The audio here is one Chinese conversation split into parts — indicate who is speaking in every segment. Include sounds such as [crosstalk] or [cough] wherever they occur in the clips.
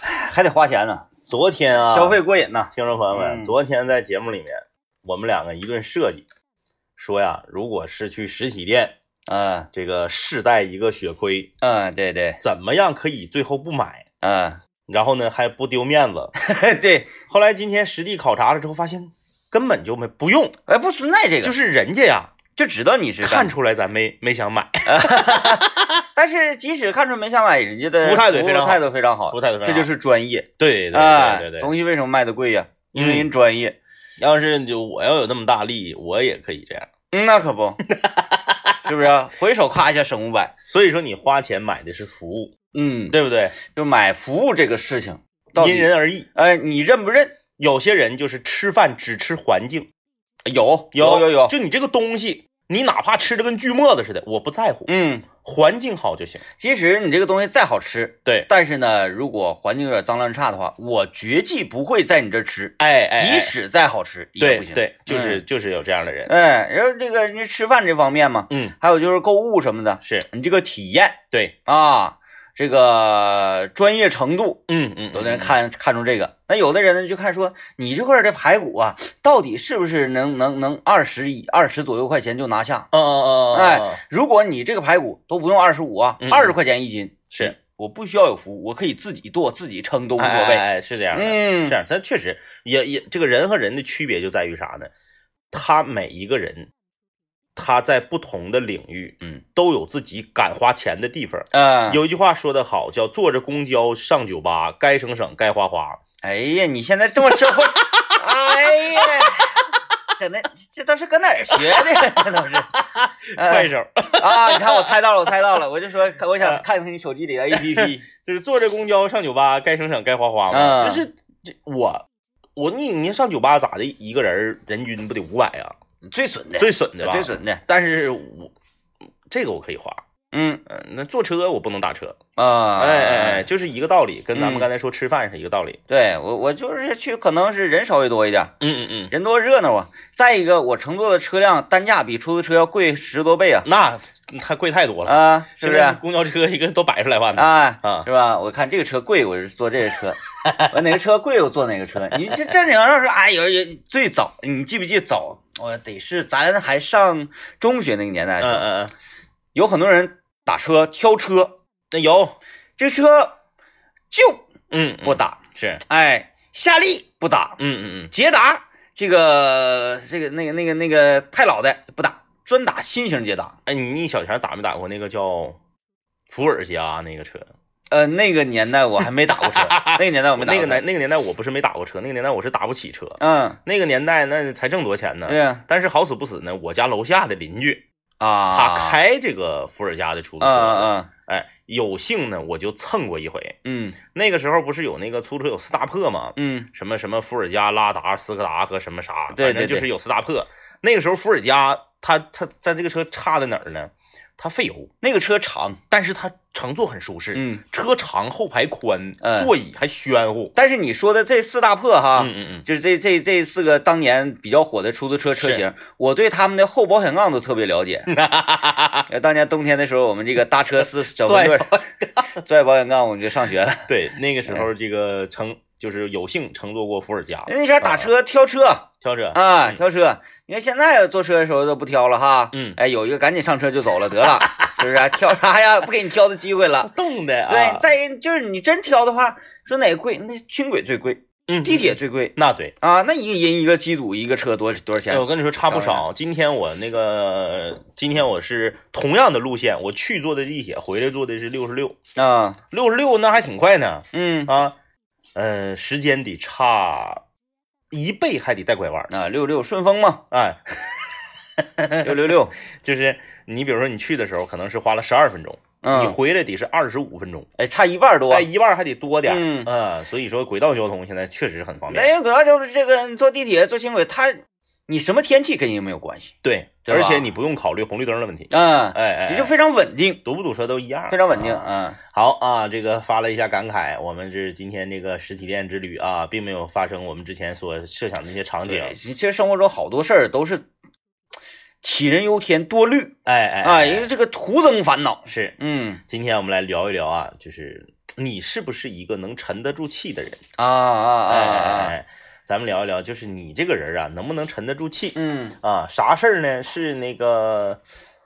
Speaker 1: 还得花钱呢，
Speaker 2: 昨天啊，
Speaker 1: 消费过瘾呐。
Speaker 2: 听众朋友们，
Speaker 1: 嗯
Speaker 2: 昨天在节目里面，我们两个一顿设计，说呀，如果是去实体店，
Speaker 1: 嗯
Speaker 2: 这个试戴一个血亏，
Speaker 1: 嗯，对对，
Speaker 2: 怎么样可以最后不买， [laughs]
Speaker 1: 嗯，
Speaker 2: 然后呢还不丢面子。
Speaker 1: 对，
Speaker 2: 后来今天实地考察了之后，发现根本就没不用，
Speaker 1: 哎，不存在这个，
Speaker 2: 就是是人家呀
Speaker 1: 就知道你是干
Speaker 2: 看出来咱没没想买，
Speaker 1: 但是即使看出没想买，人家的
Speaker 2: 服务态度也非常好
Speaker 1: 态度非常好
Speaker 2: 服务态度非常
Speaker 1: 这就是专业。
Speaker 2: 对对
Speaker 1: 哎
Speaker 2: 对对对。
Speaker 1: 东西为什么卖的贵呀？因为
Speaker 2: 嗯
Speaker 1: 人专业。
Speaker 2: 要是就我要有那么大力，我也可以这样。
Speaker 1: 嗯，那可
Speaker 2: [laughs]
Speaker 1: 不，是不是啊？回手咔一下省五百。
Speaker 2: 所以说你花钱买的是服务，
Speaker 1: 嗯，
Speaker 2: 对不对？
Speaker 1: 就买服务这个事情，到底
Speaker 2: 因人而异。
Speaker 1: 哎，你认不认？
Speaker 2: 有些人就是吃饭只吃环境，
Speaker 1: 有有
Speaker 2: 有
Speaker 1: 有有，
Speaker 2: 就你这个东西，你哪怕吃的跟锯沫子似的，我不在乎，
Speaker 1: 嗯，
Speaker 2: 环境好就行。
Speaker 1: 即使你这个东西再好吃，
Speaker 2: 对，
Speaker 1: 但是呢，如果环境有点脏乱差的话，我绝技不会在你这吃，
Speaker 2: 哎哎，
Speaker 1: 即
Speaker 2: 哎
Speaker 1: 使再好吃也不
Speaker 2: 对
Speaker 1: 行。
Speaker 2: 对，就是
Speaker 1: 嗯
Speaker 2: 就是有这样的人，
Speaker 1: 哎，然后这个你吃饭这方面嘛，
Speaker 2: 嗯，
Speaker 1: 还有就是购物什么的，
Speaker 2: 是
Speaker 1: 你这个体验
Speaker 2: 对，
Speaker 1: 啊，这个专业程度，
Speaker 2: 嗯嗯，
Speaker 1: 有的人
Speaker 2: 嗯，
Speaker 1: 看看中这个，那有的人呢就看说你这块儿的排骨啊，到底是不是能能能二十以二十左右块钱就拿下？
Speaker 2: 嗯嗯嗯，
Speaker 1: 哎，如果你这个排骨都不用二十五啊
Speaker 2: 嗯，嗯
Speaker 1: 二十块钱一斤，
Speaker 2: 是
Speaker 1: 我不需要有服务，我可以自己剁自己称都
Speaker 2: 无
Speaker 1: 无所谓。
Speaker 2: 哎，是这样的，
Speaker 1: 嗯，
Speaker 2: 这样，他确实也也这个人和人的区别就在于啥呢？他每一个人，他在不同的领域，
Speaker 1: 嗯，
Speaker 2: 都有自己敢花钱的地方。
Speaker 1: 嗯，
Speaker 2: 有一句话说得好，叫坐着公交上酒吧，该省省，该花花。
Speaker 1: 哎呀，你现在这么 [laughs] 社会，哎呀，整的这都是搁哪儿学的？ [laughs] 这都是，哎
Speaker 2: 快手 [laughs]
Speaker 1: 啊，你看我猜到了，我猜到了，我就说我想看看你手机里的 [laughs] APP，
Speaker 2: 就是坐着公交上酒吧，该省省，该花花嘛。
Speaker 1: 嗯
Speaker 2: 就是这我我你你上酒吧咋的？一个人儿人均不得五百啊？
Speaker 1: 最损的，
Speaker 2: 最损的吧？
Speaker 1: 最。损的，
Speaker 2: 但是我这个我可以花，
Speaker 1: 嗯
Speaker 2: 嗯、那坐车我不能打车。
Speaker 1: 啊，
Speaker 2: 哎哎哎，，就是一个道理，跟咱
Speaker 1: 嗯
Speaker 2: 们刚才说吃饭是一个道理。
Speaker 1: 对我我就是去，可能是人稍微多一点，
Speaker 2: 嗯嗯嗯，
Speaker 1: 人多热闹啊。再一个，我乘坐的车辆单价比出租车要贵十多倍啊，
Speaker 2: 那它贵太多了，
Speaker 1: 啊，是不是？
Speaker 2: 现在
Speaker 1: 啊，
Speaker 2: 公交车一个都百十来万呢。啊
Speaker 1: 是吧？我看这个车贵，我就坐这个车； [laughs] 我哪个车贵，我坐哪个车。你这这你要是哎，有人最早，你记不记得早？我得是咱还上中学那个年代的时
Speaker 2: 嗯
Speaker 1: 候，
Speaker 2: 嗯嗯，
Speaker 1: 有很多人打车挑车，
Speaker 2: 那有，
Speaker 1: 这车就
Speaker 2: 嗯，
Speaker 1: 不打，
Speaker 2: 是，
Speaker 1: 哎，夏利不打，
Speaker 2: 嗯嗯
Speaker 1: 捷达这个这个那个那个那个太老的不打，专打新型捷达
Speaker 2: 嗯。。哎，你小前打没打过那个叫福尔加那个车？
Speaker 1: 呃，那个年代我还没打过
Speaker 2: [laughs]
Speaker 1: 车，那个年代我没打
Speaker 2: 那
Speaker 1: 过
Speaker 2: 个
Speaker 1: 车。
Speaker 2: 年那个年代我不是没打过车，那个年代我是打不起车。
Speaker 1: 嗯，
Speaker 2: 那个年代那才挣多钱呢
Speaker 1: 对。哎呀
Speaker 2: 但是好死不死呢，我家楼下的邻居
Speaker 1: 啊，
Speaker 2: 他开这个伏尔加的出租
Speaker 1: 啊
Speaker 2: 车，
Speaker 1: 啊
Speaker 2: 哎，有幸呢我就蹭过一回。
Speaker 1: 嗯
Speaker 2: 那个时候不是有那个出租车有四大破吗？
Speaker 1: 嗯
Speaker 2: 什么什么伏尔加、拉达、斯柯达和什么啥，
Speaker 1: 对对
Speaker 2: 反正就
Speaker 1: 对
Speaker 2: 是有四大破。那个时候伏尔加，它它它这个车差在哪儿呢？它费油，
Speaker 1: 那个车长，
Speaker 2: 但是它乘坐很舒适，
Speaker 1: 嗯，
Speaker 2: 车长后排宽，
Speaker 1: 嗯
Speaker 2: 座椅还暄乎。
Speaker 1: 但是你说的这四大破哈，
Speaker 2: 嗯嗯嗯，
Speaker 1: 就是这这这四个当年比较火的出租车车型，我对他们的后保险杠都特别了
Speaker 2: [laughs]
Speaker 1: 解。呃当年冬天的时候，我们这个搭车四小分队儿拽保险杠，我们就上学
Speaker 2: [laughs]
Speaker 1: 了。
Speaker 2: 对，那个时候这个乘就是有幸乘坐过伏尔加，
Speaker 1: 那前打车挑车
Speaker 2: 挑着，
Speaker 1: 哎啊，
Speaker 2: 嗯
Speaker 1: 挑车。你看现在坐车的时候都不挑了哈，
Speaker 2: 嗯
Speaker 1: 哎，有一个赶紧上车就走了，
Speaker 2: [laughs]
Speaker 1: 得了，是不是？挑啥呀？不给你挑的机会了。
Speaker 2: 冻的啊
Speaker 1: 对，，再一个就是你真挑的话，说哪个贵？那轻轨最贵，
Speaker 2: 嗯
Speaker 1: 地铁最贵
Speaker 2: 那对。
Speaker 1: 啊。那一个人一个机组一个车多多少
Speaker 2: 哎
Speaker 1: 钱
Speaker 2: 我？跟你说差不
Speaker 1: 当
Speaker 2: 少。今天我那个，今天我是同样的路线，我去坐的地铁，回来坐的是六十六，
Speaker 1: 啊，
Speaker 2: 六十六那还挺快呢。
Speaker 1: 嗯
Speaker 2: 啊，呃，时间得差一倍，还得带拐弯儿呢。
Speaker 1: 啊，六六顺丰嘛，
Speaker 2: 哎，
Speaker 1: 六六
Speaker 2: [laughs]
Speaker 1: 六，
Speaker 2: 就是你比如说你去的时候可能是花了十二分钟，你
Speaker 1: 嗯，
Speaker 2: 回来得是二十五分钟，
Speaker 1: 哎，差一半多
Speaker 2: 哎，。一半儿还得多点儿。
Speaker 1: 嗯
Speaker 2: 啊所以说轨道交通现在确实很方
Speaker 1: 那
Speaker 2: 便。
Speaker 1: 因为哎主要就是这个你坐地铁、坐轻轨，它你什么天气跟人没有关系，
Speaker 2: 对，
Speaker 1: 对吧
Speaker 2: 而且你不用考虑红绿灯的问题。
Speaker 1: 嗯，
Speaker 2: 哎哎，
Speaker 1: 你就非常稳定，
Speaker 2: 堵不堵车都一样，
Speaker 1: 非常稳定，
Speaker 2: 啊
Speaker 1: 嗯
Speaker 2: 好啊，这个发了一下感慨，我们是今天这个实体店之旅啊，并没有发生我们之前所设想的那些场景。
Speaker 1: 对，其实生活中好多事儿都是杞人忧天、多虑
Speaker 2: 哎哎
Speaker 1: 啊啊，因为这个徒增烦恼。
Speaker 2: 是
Speaker 1: 嗯
Speaker 2: 今天我们来聊一聊啊，就是你是不是一个能沉得住气的人？
Speaker 1: 啊啊啊
Speaker 2: 哎
Speaker 1: 啊
Speaker 2: 哎
Speaker 1: 啊！
Speaker 2: 哎，咱们聊一聊，就是你这个人啊，能不能沉得住气？
Speaker 1: 嗯
Speaker 2: 啊，啥事儿呢？是那个，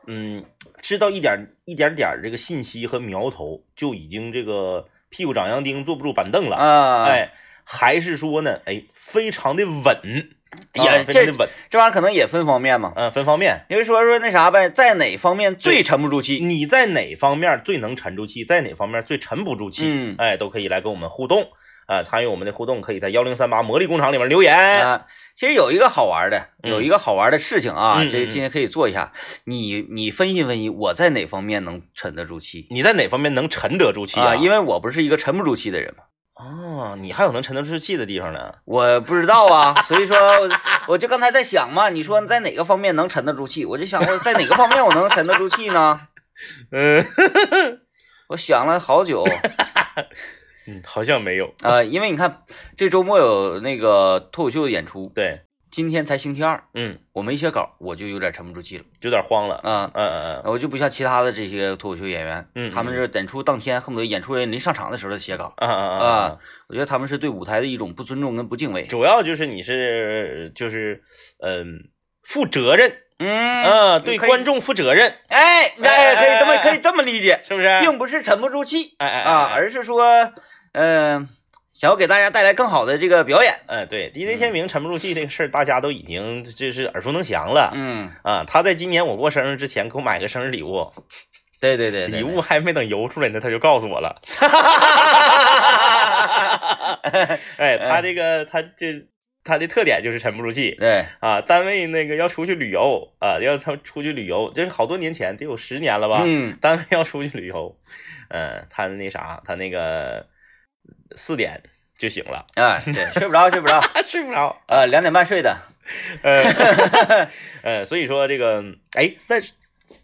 Speaker 2: 嗯，知道一点一点点儿这个信息和苗头，就已经这个屁股长洋钉，坐不住板凳了。
Speaker 1: 啊，，
Speaker 2: 哎，还是说呢，哎，非常的稳，
Speaker 1: 哎
Speaker 2: 啊
Speaker 1: 呀
Speaker 2: 非常
Speaker 1: 这
Speaker 2: 的稳，
Speaker 1: 这玩意儿可能也分方面嘛。
Speaker 2: 嗯，分方面。
Speaker 1: 你就说说那啥呗，在哪方面最沉不住气？
Speaker 2: 你在哪方面最能沉住气，在哪方面最沉不住气，
Speaker 1: 嗯
Speaker 2: 哎，都可以来跟我们互动啊、参与我们的互动，可以在幺零三八魔力工厂里面留言。
Speaker 1: 啊，其实有一个好玩的，
Speaker 2: 哎嗯
Speaker 1: 有一个好玩的事情啊，
Speaker 2: 嗯
Speaker 1: 这
Speaker 2: 嗯嗯
Speaker 1: 今天可以做一下。你你分析分析，我在哪方面能沉得住气
Speaker 2: 你在哪方面能沉得住气
Speaker 1: 啊？因为
Speaker 2: 为
Speaker 1: 我不是一个沉不住气的人嘛，
Speaker 2: 哦，你还有能沉得住气的地方呢。
Speaker 1: 我不知道
Speaker 2: [laughs]
Speaker 1: 啊，所以说我我就刚才在想嘛，你说在哪个方面能沉得住气？我就想我在哪个方面我能沉得住气呢？呃
Speaker 2: 嗯
Speaker 1: 我想了好久。
Speaker 2: 嗯，好像没有。
Speaker 1: 呃，因为你看，这周末有那个脱口秀的演出，
Speaker 2: 对，
Speaker 1: 今天才星期二，
Speaker 2: 嗯，
Speaker 1: 我没写稿，我就有点沉不住气了
Speaker 2: 有点慌了。
Speaker 1: 啊、
Speaker 2: 嗯嗯嗯
Speaker 1: 我就不像其他的这些脱口秀演员，
Speaker 2: 嗯
Speaker 1: 他们是演出当天恨不得演出人临上场的时候才写稿
Speaker 2: 啊啊
Speaker 1: 啊、
Speaker 2: 啊啊！
Speaker 1: 我觉得他们是对舞台的一种不尊重跟不敬畏。
Speaker 2: 主要就是你是就是嗯负责任，
Speaker 1: 嗯
Speaker 2: 嗯，对
Speaker 1: 可以
Speaker 2: 观众负责任，
Speaker 1: 哎哎，可以这
Speaker 2: 哎哎
Speaker 1: 么
Speaker 2: 哎
Speaker 1: 可以这么理解，
Speaker 2: 是不是？哎
Speaker 1: 并不是沉不住气
Speaker 2: 哎哎
Speaker 1: 啊，而是说，嗯、想要给大家带来更好的这个表演。
Speaker 2: 嗯，对，DJ 天明沉不住气这个事儿，大家都已经就是耳熟能详了。
Speaker 1: 嗯，
Speaker 2: 啊，他在今年我过生日之前给我买个生日礼物，
Speaker 1: 对对对对，对
Speaker 2: 礼
Speaker 1: 嗯
Speaker 2: 物还没等邮出来呢，他就告诉我了。哎，他这
Speaker 1: 嗯
Speaker 2: 个他这他的特点就是沉不住气
Speaker 1: [laughs] 对，
Speaker 2: 啊。单位那个要出去旅游啊，要他出去旅游，这是好多年前，得有十年了吧？
Speaker 1: 嗯
Speaker 2: 单位要出去旅游，嗯，他那啥，他那个四点就醒了，
Speaker 1: 哎，对，睡不着睡不着。
Speaker 2: 啊，睡不着。 [laughs]
Speaker 1: 呃，两点半睡的，
Speaker 2: 呃， [laughs] 呃，所以说这个，哎，但是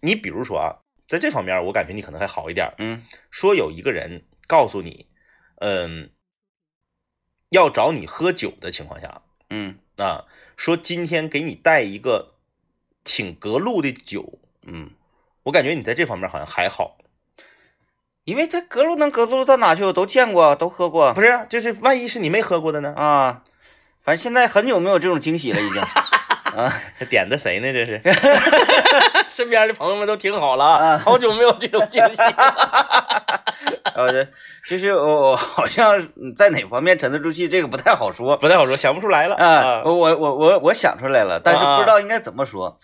Speaker 2: 你比如说啊，在这方面，我感觉你可能还好一点儿。
Speaker 1: 嗯
Speaker 2: 说有一个人告诉你，嗯、要找你喝酒的情况下，
Speaker 1: 嗯
Speaker 2: 啊，说今天给你带一个挺格路的酒，
Speaker 1: 嗯，
Speaker 2: 我感觉你在这方面好像还好。
Speaker 1: 因为这隔路能隔路到哪去，我都见过，都喝过
Speaker 2: 不是啊，就是万一是你没喝过的呢？
Speaker 1: 啊。反正现在很久没有这种惊喜了，已
Speaker 2: [laughs]
Speaker 1: 经
Speaker 2: 点的谁呢？这是， [laughs] 身边的朋友们都挺好了啊，
Speaker 1: 啊
Speaker 2: 好久没有这种惊喜了。
Speaker 1: 呃，这就是我我好像在哪方面沉得住气，这个不太好说
Speaker 2: 不太好说，想不出来了
Speaker 1: 啊。我我我我我想出来了，但是不知道应该怎么说。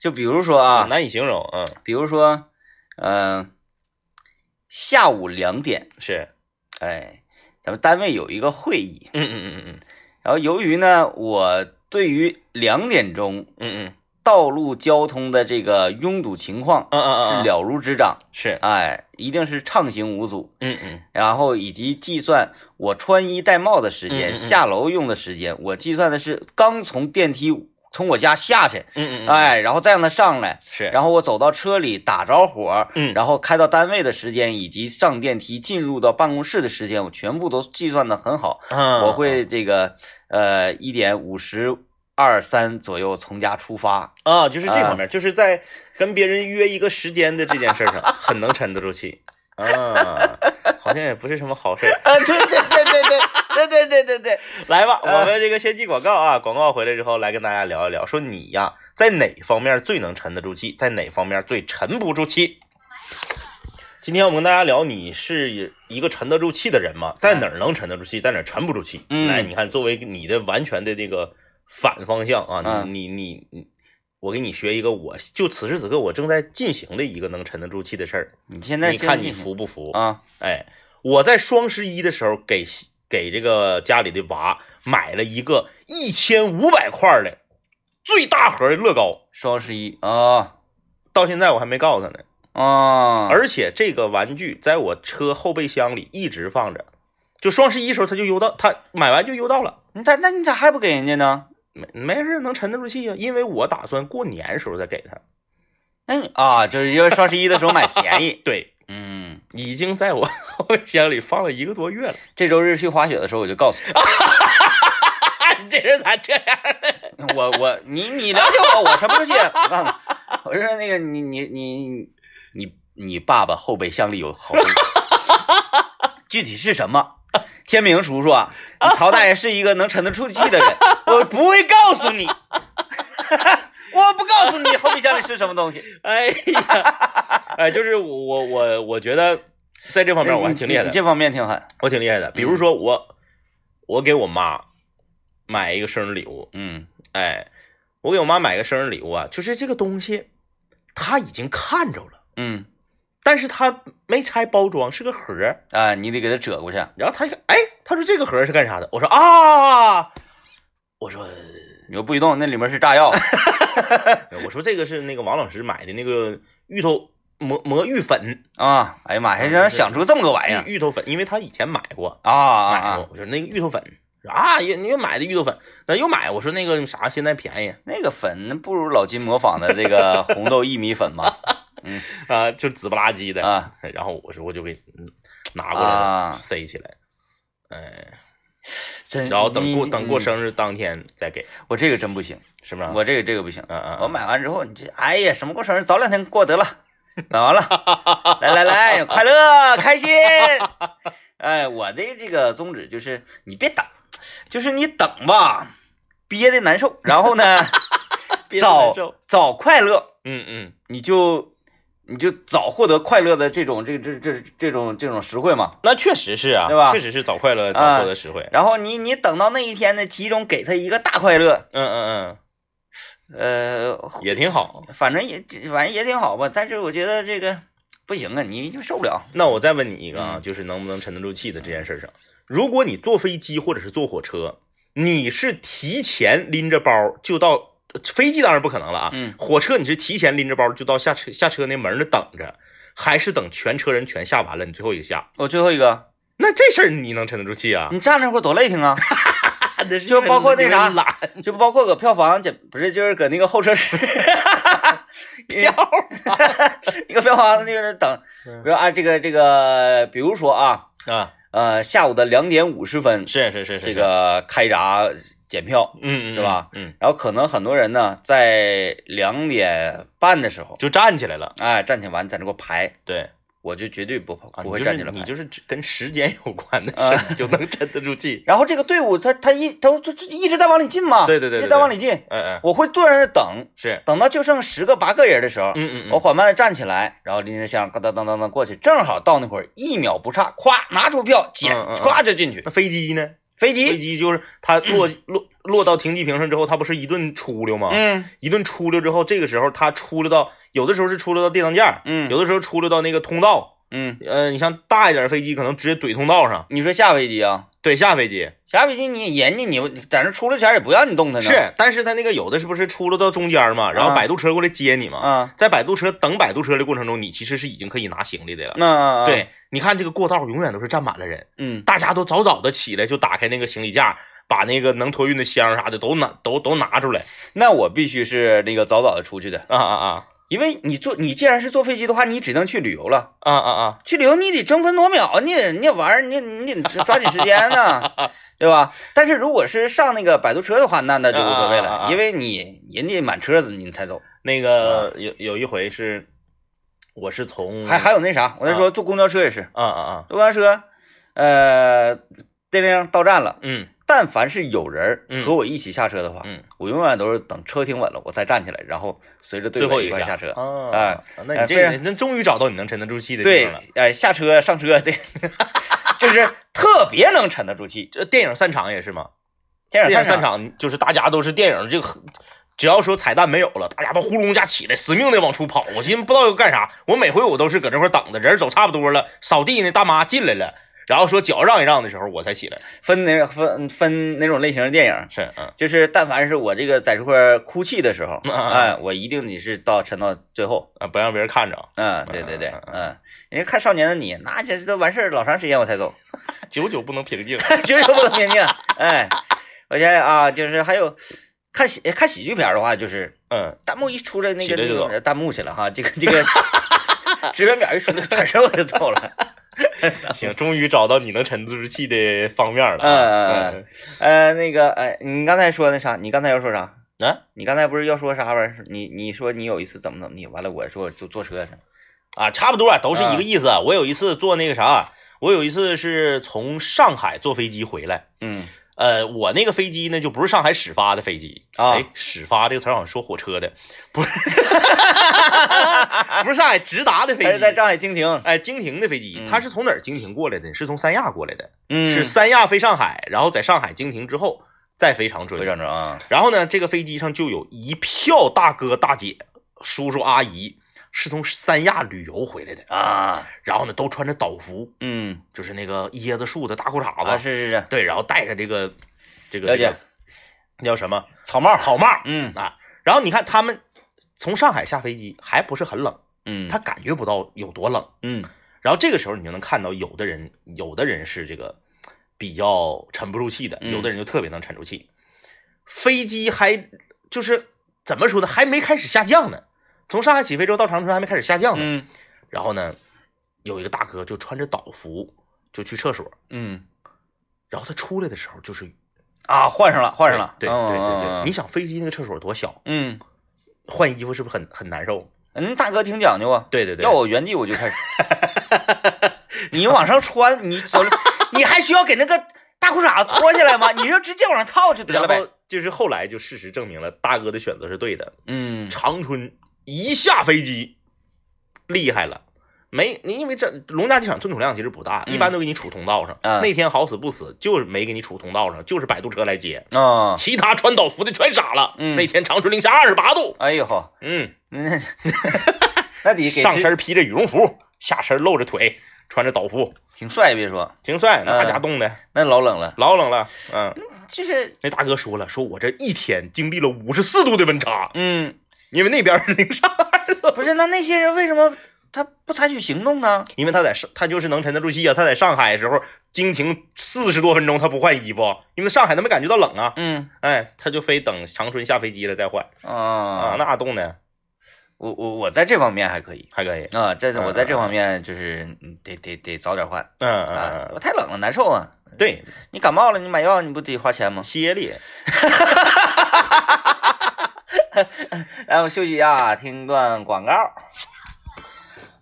Speaker 1: 就比如说啊，
Speaker 2: 难以形容，啊嗯，
Speaker 1: 比如说，嗯、下午两点，
Speaker 2: 是，
Speaker 1: 哎，咱们单位有一个会议，
Speaker 2: 嗯嗯嗯嗯
Speaker 1: 然后由于呢，我对于两点钟
Speaker 2: 嗯嗯
Speaker 1: 道路交通的这个拥堵情况
Speaker 2: 嗯嗯
Speaker 1: 是了如指掌，
Speaker 2: 是，
Speaker 1: 哎，一定是畅行无阻。
Speaker 2: 嗯嗯
Speaker 1: 然后以及计算我穿衣戴帽的时
Speaker 2: 嗯嗯
Speaker 1: 间、
Speaker 2: 嗯
Speaker 1: 下楼用的时间，我计算的是刚从电梯从我家下去，
Speaker 2: 嗯嗯，
Speaker 1: 哎，然后再让他上来，
Speaker 2: 是，
Speaker 1: 然后我走到车里打着火，
Speaker 2: 嗯
Speaker 1: 然后开到单位的时间以及上电梯进入到办公室的时间，我全部都计算的很好。
Speaker 2: 后
Speaker 1: 我会这个呃一点五十二三左右从家出发。
Speaker 2: 啊，就是这方面，就是在跟别人约一个时间的这件事上，很能沉得住气啊，好像也不是什么好事儿。
Speaker 1: 啊，对对对对对对对对对对，
Speaker 2: 来吧，
Speaker 1: 嗯
Speaker 2: 我们这个先进广告啊，广告回来之后来跟大家聊一聊，说你呀，在哪方面最能沉得住气，在哪方面最沉不住气？今天我们跟大家聊，你是一个沉得住气的人吗？在哪儿能沉得住气，在哪儿沉不住气？
Speaker 1: 嗯
Speaker 2: 来，你看，作为你的完全的这个反方向啊，
Speaker 1: 嗯
Speaker 2: 你你你你，我给你学一个，我就此时此刻我正在进行的一个能沉得住气的事儿，
Speaker 1: [laughs] 你现在
Speaker 2: 你看
Speaker 1: 真
Speaker 2: 你
Speaker 1: 是
Speaker 2: 服不服？
Speaker 1: 啊？
Speaker 2: 哎，我在双十一的时候给给这个家里的娃买了一个一千五百块的最大盒的乐高，
Speaker 1: 双十一啊
Speaker 2: 到现在我还没告诉他呢。
Speaker 1: 啊！
Speaker 2: 而且这个玩具在我车后备箱里一直放着，就双十一时候他就邮到，他买完就邮到了。
Speaker 1: 你咋那你咋还不给人家呢？
Speaker 2: 没没事，能沉得住气啊，因为我打算过年时候再给他。。
Speaker 1: 那你啊，就是因为双十一的时候买便宜
Speaker 2: 对，
Speaker 1: 嗯，
Speaker 2: 已经在我 [laughs] 后备箱里放了一个多月了。 [laughs]
Speaker 1: 这周日去滑雪的时候我就告诉
Speaker 2: 啊你这人咋这样？
Speaker 1: 他，我我你你了解我，我什么时候去？我告诉他，我说那个你你你你你爸爸后备箱里有好多具体是什么？天明叔叔啊，你曹大爷是一个能沉得住气的人，我不会告诉你， [laughs] 我不告诉你后备箱里是什么东
Speaker 2: [laughs]
Speaker 1: 西。
Speaker 2: 哎呀，哎，就是我我我觉得在这方面我还挺厉害
Speaker 1: 哎你
Speaker 2: 的，
Speaker 1: 这嗯方面挺狠。
Speaker 2: 我挺厉害的。比如说我，我给我妈买一个生日礼物，
Speaker 1: 嗯
Speaker 2: 哎，我给我妈买个生日礼物啊，就是这个东西，她已经看着了，
Speaker 1: 嗯
Speaker 2: 但是她没拆包装，是个盒儿。
Speaker 1: 啊，你得给他折过去。
Speaker 2: 然后他一看，哎，他说这个盒是干啥的？我说啊，我说
Speaker 1: 你又不许动，那里面是炸药。
Speaker 2: 我说这个是那个王老师买的那个芋头磨磨芋粉，
Speaker 1: 啊，哎呀妈呀，
Speaker 2: 嗯
Speaker 1: 让
Speaker 2: 就
Speaker 1: 人
Speaker 2: 是
Speaker 1: 想出这么个玩意儿
Speaker 2: 芋芋头粉，因为他以前买过，
Speaker 1: 啊啊
Speaker 2: 买
Speaker 1: 啊
Speaker 2: 过。！我说那个芋头粉啊，又你又买的芋头粉，那又买。我说那个啥，现在便宜
Speaker 1: 那个粉那不如老金模仿的这个红豆薏米
Speaker 2: [laughs]
Speaker 1: 粉嘛？
Speaker 2: 啊，就紫不拉几的。
Speaker 1: 啊
Speaker 2: 然后我说我就给嗯拿过来了、
Speaker 1: 啊
Speaker 2: 塞起来，哎，
Speaker 1: 真
Speaker 2: 然后等过
Speaker 1: 你
Speaker 2: 等过
Speaker 1: 嗯
Speaker 2: 生日当天再给，
Speaker 1: 我这个真不行，
Speaker 2: 是不是啊？
Speaker 1: 我这个这个不行。
Speaker 2: 嗯嗯，
Speaker 1: 我买完之后，你这哎呀，什么过生日，早两天过得了，买完
Speaker 2: [laughs]
Speaker 1: 了，来来来，快乐开心。 [laughs] 哎，我的这个宗旨就是你别等，就是你等吧，憋得难受，然后呢，
Speaker 2: [laughs] 憋得难
Speaker 1: 早
Speaker 2: 受
Speaker 1: 早快乐，
Speaker 2: 嗯嗯
Speaker 1: 你就你就早获得快乐的这种这这这这种这种实惠嘛。
Speaker 2: 那确实是啊，
Speaker 1: 对吧
Speaker 2: 确实是早快乐
Speaker 1: 啊
Speaker 2: 早获得实惠。
Speaker 1: 然后你你等到那一天呢，其中给他一个大快乐，
Speaker 2: 嗯嗯
Speaker 1: 呃，
Speaker 2: 嗯，也挺好。
Speaker 1: 反正也反正也挺好吧，但是我觉得这个不行啊，你就受不了。
Speaker 2: 那我再问你一个啊，
Speaker 1: 嗯
Speaker 2: 就是能不能沉得住气的这件事儿上，如果你坐飞机或者是坐火车，你是提前拎着包就到呃飞机，当然不可能了啊。
Speaker 1: 嗯
Speaker 2: 火车你是提前拎着包就到下车下车那门那等着，还是等全车人全下完了你最后一个下？
Speaker 1: 我最后一个，
Speaker 2: 那这事儿你能沉得住气啊？
Speaker 1: 你站那会儿多累挺啊，
Speaker 2: 就包括那啥
Speaker 1: 因为就包括搁票房这不是就是搁那个候车
Speaker 2: [laughs]
Speaker 1: 室，票房 [laughs] 一个票房就是等，比如啊这个这个，比如说啊
Speaker 2: 啊，
Speaker 1: 呃下午的两点五十分
Speaker 2: 是是是是
Speaker 1: 这，个开闸检票，
Speaker 2: 嗯嗯
Speaker 1: 是吧？
Speaker 2: 嗯，
Speaker 1: 然后可能很多人呢在两点半的时候，
Speaker 2: 就站起来了，
Speaker 1: 哎站起完在那给我排，
Speaker 2: 对。
Speaker 1: 我就绝对不不
Speaker 2: 啊，你
Speaker 1: 会
Speaker 2: 就
Speaker 1: 站
Speaker 2: 是
Speaker 1: 起来排
Speaker 2: 你。就是只跟时间有关的事
Speaker 1: 啊
Speaker 2: 儿，你就能沉得住气。
Speaker 1: 然后这个队伍他他一他就就一直在往里进嘛，
Speaker 2: 对对对对
Speaker 1: 一直在往里进。
Speaker 2: 嗯嗯，
Speaker 1: 我会坐在那儿等，
Speaker 2: 是，
Speaker 1: 等到就剩十个八个人的时候，
Speaker 2: 嗯嗯嗯，
Speaker 1: 我缓慢的站起来，然后拎着箱当当当当当过去，正好到那会儿一秒不差，咵拿出票捡，
Speaker 2: 嗯嗯嗯
Speaker 1: 咵就进去。
Speaker 2: 那飞机呢？
Speaker 1: 飞
Speaker 2: 飞
Speaker 1: 机，
Speaker 2: 机就是它落落落到停机坪上之后，它不是一顿出溜吗？
Speaker 1: 嗯
Speaker 2: 一顿出溜之后，这个时候它出溜到有的时候是出溜到电灯架，
Speaker 1: 嗯
Speaker 2: 有的时候出溜到那个通道。
Speaker 1: 嗯，
Speaker 2: 呃，你像大一点飞机，可能直接怼通道上，
Speaker 1: 你说下飞机啊？
Speaker 2: 怼下飞机
Speaker 1: 下飞机你人家你在那出了前也不让你动它呢。
Speaker 2: 是。但是它那个有的是不是出溜到中间嘛，然后
Speaker 1: 啊
Speaker 2: 摆渡车过来接你嘛？
Speaker 1: 啊，
Speaker 2: 在摆渡车等摆渡车的过程中，你其实是已经可以拿行李的了。
Speaker 1: 那，啊
Speaker 2: 对，你看这个过道永远都是站满了人，
Speaker 1: 嗯
Speaker 2: 大家都早早的起来就打开那个行李架，把那个能托运的箱啥的都拿都都拿出来。
Speaker 1: 那我必须是那个早早的出去的，
Speaker 2: 啊啊啊！
Speaker 1: 因为你坐你既然是坐飞机的话，你只能去旅游了。
Speaker 2: 啊啊啊！
Speaker 1: 去旅游你得争分夺秒，你得你得玩儿，你你得抓紧时间呢，
Speaker 2: [laughs]
Speaker 1: 对吧？但是如果是上那个摆渡车的话，那那就无所谓了，
Speaker 2: 啊啊啊啊
Speaker 1: 因为你人家满车子你才走。
Speaker 2: 那个有有一回是，我是从
Speaker 1: 还还有那啥，我那时候坐公交车也是，
Speaker 2: 嗯啊啊啊
Speaker 1: 坐公交车，呃，叮铃到站了，
Speaker 2: 嗯
Speaker 1: 但凡是有人儿
Speaker 2: 嗯
Speaker 1: 和我一起下车的话，
Speaker 2: 嗯，
Speaker 1: 我永远都是等车停稳了，我再站起来，然后随着队
Speaker 2: 最后
Speaker 1: 尾一块
Speaker 2: 个
Speaker 1: 下车。
Speaker 2: 啊！那
Speaker 1: 哎非
Speaker 2: 你这
Speaker 1: 常
Speaker 2: 人那终于找到你能沉得住气的地
Speaker 1: 对
Speaker 2: 方了。，
Speaker 1: 哎，下车上车这， [laughs] 就是特别能沉得住气。
Speaker 2: 这电影散场也是吗？
Speaker 1: 电
Speaker 2: 电
Speaker 1: 影
Speaker 2: 影散
Speaker 1: 散场，
Speaker 2: 场就是大家都是电影这个。只要说彩蛋没有了，大家都呼隆一下起来，死命的往出跑。我寻思不知道要干啥，我每回我都是搁这块等着，人走差不多了，扫地那大妈进来了，然后说脚让一让的时候，我才起来。
Speaker 1: 分哪分分哪种类型的电影？
Speaker 2: 是，嗯，
Speaker 1: 就是但凡是我这个在这块儿哭泣的时候，
Speaker 2: 嗯嗯嗯
Speaker 1: 哎，我一定得是到沉到最后。
Speaker 2: 啊，不让别人看着，
Speaker 1: 嗯，对对对，
Speaker 2: 嗯嗯
Speaker 1: 嗯，人家看《少年的你》，那这都完事儿老长时间我才走， [laughs]
Speaker 2: 久久不能平静。
Speaker 1: 绝对不能平静。哎，我想想啊，就是还有看喜看喜剧片儿的话，就是
Speaker 2: 嗯，
Speaker 1: 弹幕一出来那
Speaker 2: 起
Speaker 1: 个
Speaker 2: 来就
Speaker 1: 那
Speaker 2: 走
Speaker 1: 种弹幕去了哈，这个这
Speaker 2: [laughs]
Speaker 1: 个职员表一出来，转身我就走了。
Speaker 2: [laughs] 行，终于找到你能沉得住气的方面了啊。
Speaker 1: 嗯呃，那个，哎，你刚才说那啥，你刚才要说啥？
Speaker 2: 嗯啊
Speaker 1: 你刚才不是要说啥玩意儿？你你说你有一次怎么怎么地，完了我说就坐车去，
Speaker 2: 嗯啊啊，差不多啊都是一个意思。我有一次坐那个啥，我有一次是从上海坐飞机回来，
Speaker 1: 嗯
Speaker 2: 呃，我那个飞机呢就不是上海始发的飞机
Speaker 1: 啊
Speaker 2: 哎，始发这个词儿好像说火车的， [laughs] 不是，不是上海直达的飞
Speaker 1: 还是
Speaker 2: 机，
Speaker 1: 在上海经停，
Speaker 2: 哎，经停的飞机，
Speaker 1: 嗯
Speaker 2: 它是从哪儿经停过来的？是从三亚过来的，
Speaker 1: 嗯
Speaker 2: 是
Speaker 1: 是
Speaker 2: 三亚飞上海，然后在上海经停之后再飞长春，
Speaker 1: 非常正啊，
Speaker 2: 然后呢，这个飞机上就有一票大哥大姐、叔叔阿姨是从三亚旅游回来的，
Speaker 1: 啊，
Speaker 2: 然后呢，都穿着岛服，
Speaker 1: 嗯，
Speaker 2: 就是那个椰子树的大裤衩子，
Speaker 1: 啊是是是，
Speaker 2: 对，然后戴着这个这个
Speaker 1: 了解
Speaker 2: 这个那叫什么
Speaker 1: 草帽，
Speaker 2: 草帽
Speaker 1: 嗯
Speaker 2: 啊。然后你看他们从上海下飞机还不是很冷，
Speaker 1: 嗯，
Speaker 2: 他感觉不到有多冷。
Speaker 1: 嗯
Speaker 2: 然后这个时候你就能看到，有的人有的人是这个比较沉不住气的，
Speaker 1: 嗯
Speaker 2: 有的人就特别能沉住气。飞机还就是怎么说呢，还没开始下降呢，从上海起飞之后到长春还没开始下降呢。
Speaker 1: 嗯
Speaker 2: 然后呢，有一个大哥就穿着岛服就去厕所，
Speaker 1: 嗯
Speaker 2: 然后他出来的时候就是
Speaker 1: 啊，换上了，换上了，
Speaker 2: 对对对对
Speaker 1: 嗯
Speaker 2: 对，你想飞机那个厕所多小，
Speaker 1: 嗯
Speaker 2: 换衣服是不是很很难受？
Speaker 1: 嗯，大哥挺讲究啊，
Speaker 2: 对对对，
Speaker 1: 要我原地我就
Speaker 2: [laughs]
Speaker 1: 开始，你往上穿，你走，你还需要给那个大裤衩脱下来吗？你就直接往上套就得
Speaker 2: 然
Speaker 1: 了呗
Speaker 2: 后。就是后来就事实证明了大哥的选择是对的，
Speaker 1: 嗯
Speaker 2: 长春一下飞机，厉害了。没，你因为这龙家机场吞吐量其实不大，
Speaker 1: 嗯
Speaker 2: 一般都给你处通道上。
Speaker 1: 嗯
Speaker 2: 那天好死不死，就是没给你处通道上，就是摆渡车来接，
Speaker 1: 啊，
Speaker 2: 其他穿岛服的全傻了。
Speaker 1: 嗯
Speaker 2: 那天长春零下二十八度，
Speaker 1: 哎呦呵，
Speaker 2: 嗯，
Speaker 1: 那那得给
Speaker 2: 上
Speaker 1: 是
Speaker 2: 身披着羽绒服，下身露着腿，穿着岛服，
Speaker 1: 挺帅，别说
Speaker 2: 挺帅，那
Speaker 1: 嗯
Speaker 2: 家冻的
Speaker 1: 那老冷了，
Speaker 2: 老冷了。嗯，
Speaker 1: 就是
Speaker 2: 那大哥说了，说我这一天经历了五十四度的温差，
Speaker 1: 嗯，
Speaker 2: 因为那边是零上二十度，
Speaker 1: 不是那那些人为什么他不采取行动呢？
Speaker 2: 因为他在上，他就是能沉得住气啊。他在上海的时候，经停四十多分钟，他不换衣服，因为上海他没感觉到冷啊。
Speaker 1: 嗯
Speaker 2: 哎，他就非等长春下飞机了再换啊
Speaker 1: 啊，，
Speaker 2: 那冻的
Speaker 1: 我我我在这方面还可以
Speaker 2: 还可以。
Speaker 1: 啊，在这我在这方面就是嗯得得得早点换
Speaker 2: 嗯嗯嗯
Speaker 1: 啊，
Speaker 2: 嗯，
Speaker 1: 我太冷了难受啊。
Speaker 2: 对，
Speaker 1: 你感冒了，你买药你不得花钱吗？ [laughs]
Speaker 2: 歇力，
Speaker 1: 来，我们休息一下，听段广告。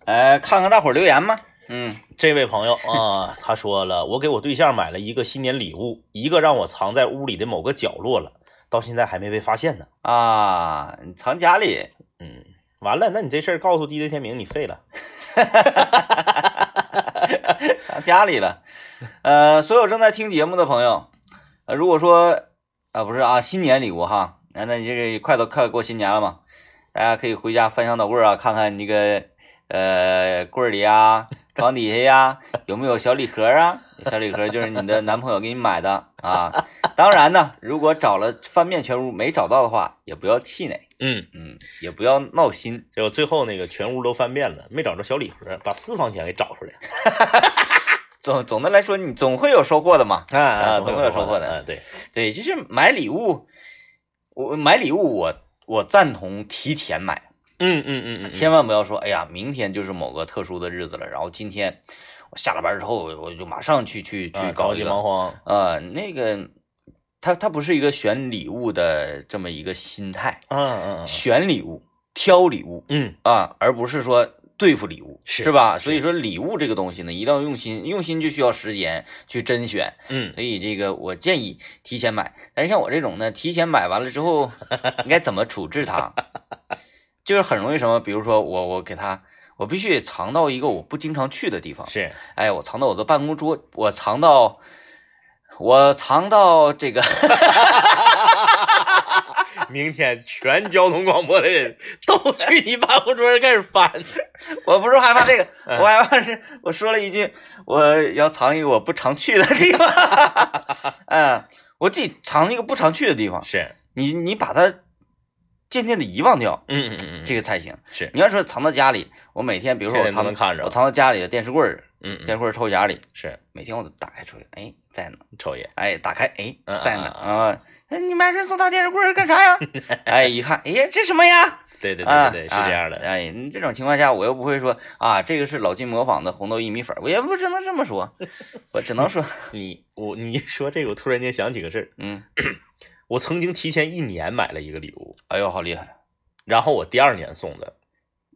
Speaker 1: 来看看大伙儿留言吧。嗯，
Speaker 2: 这位朋友啊，他说了，我给我对象买了一个新年礼物，一个让我藏在屋里的某个角落了，到现在还没被发现呢。
Speaker 1: 啊，你藏家里，
Speaker 2: 嗯，完了，那你这事儿告诉 DJ 天明，你废了。
Speaker 1: 藏啊家里了。呃，所有正在听节目的朋友，呃，如果说啊、不是啊，新年礼物哈，那那你这个快到快过新年了嘛，大家可以回家翻箱倒柜儿啊，看看那个呃柜儿里啊、床底下呀、有没有小礼盒啊？小礼盒就是你的男朋友给你买的啊。当然呢，如果找了翻遍全屋没找到的话，也不要气馁。
Speaker 2: 嗯，
Speaker 1: 嗯，也不要闹心。
Speaker 2: 结果最后那个全屋都翻遍了，没找着小礼盒，把私房钱给找出来。
Speaker 1: 总总的来说，你总会有收获的嘛。
Speaker 2: 啊
Speaker 1: 啊
Speaker 2: 总
Speaker 1: 总会有收获的
Speaker 2: 啊，对，
Speaker 1: 对，就是买礼物，我买礼物我，我赞同提前买，
Speaker 2: 嗯嗯嗯嗯，
Speaker 1: 千万不要说，哎呀，明天就是某个特殊的日子了，然后今天我下了班之后，我就马上去去去
Speaker 2: 啊
Speaker 1: 搞
Speaker 2: 着
Speaker 1: 一
Speaker 2: 急
Speaker 1: 个，
Speaker 2: 忙慌，
Speaker 1: 呃，那个，它它不是一个选礼物的这么一个心态，
Speaker 2: 嗯嗯
Speaker 1: 选礼物、挑礼物
Speaker 2: 嗯
Speaker 1: 啊，而不是说。对付礼物
Speaker 2: 是
Speaker 1: 吧？
Speaker 2: 是
Speaker 1: 所以说礼物这个东西呢，一定要用心，用心就需要时间去甄选。
Speaker 2: 嗯
Speaker 1: 所以这个我建议提前买，但是像我这种呢，提前买完了之后，应该怎么处置它？就是很容易什么，比如说我我给它，我必须得藏到一个我不经常去的地方
Speaker 2: 嗯，。 [laughs] 是，
Speaker 1: 哎，我藏到我的办公桌，我藏到，我藏到这个 [laughs]
Speaker 2: 明天全交通广播的人都去你办公桌上开始翻，
Speaker 1: 我不是害怕这个，我害怕是我说了一句我要藏一个我不常去的地方， [laughs] 嗯，我自己藏一个不常去的地方，
Speaker 2: [laughs] 是，
Speaker 1: 你你把它渐渐的遗忘掉，
Speaker 2: 嗯嗯嗯，
Speaker 1: 这
Speaker 2: 个
Speaker 1: 个才行。
Speaker 2: 是，
Speaker 1: 你要说藏到家里，我每天比如说我
Speaker 2: 天天都
Speaker 1: 藏
Speaker 2: 能看着
Speaker 1: 我藏到家里的电视柜儿，
Speaker 2: 嗯
Speaker 1: 电
Speaker 2: 嗯
Speaker 1: 视柜儿抽匣里，
Speaker 2: 是，
Speaker 1: 每天我都打开出来，哎，在呢，
Speaker 2: 抽烟，
Speaker 1: 哎，打开，哎
Speaker 2: 嗯，
Speaker 1: 在呢
Speaker 2: 嗯
Speaker 1: 啊。哎你买这么大电视柜儿干啥呀？ [laughs] 哎，一看，哎呀，这什么呀？
Speaker 2: 对对
Speaker 1: 啊
Speaker 2: 对对对，是这样
Speaker 1: 啊
Speaker 2: 的，
Speaker 1: 哎，你这种情况下，我又不会说啊，这个是老金模仿的红豆薏米粉儿，我也不只能这么说， [laughs] 我只能说，
Speaker 2: 你我你说这个，我突然间想起个事儿，
Speaker 1: 嗯，
Speaker 2: 我曾经提前一年买了一个礼物，
Speaker 1: 哎呦，好厉害！
Speaker 2: 然后我第二年送的，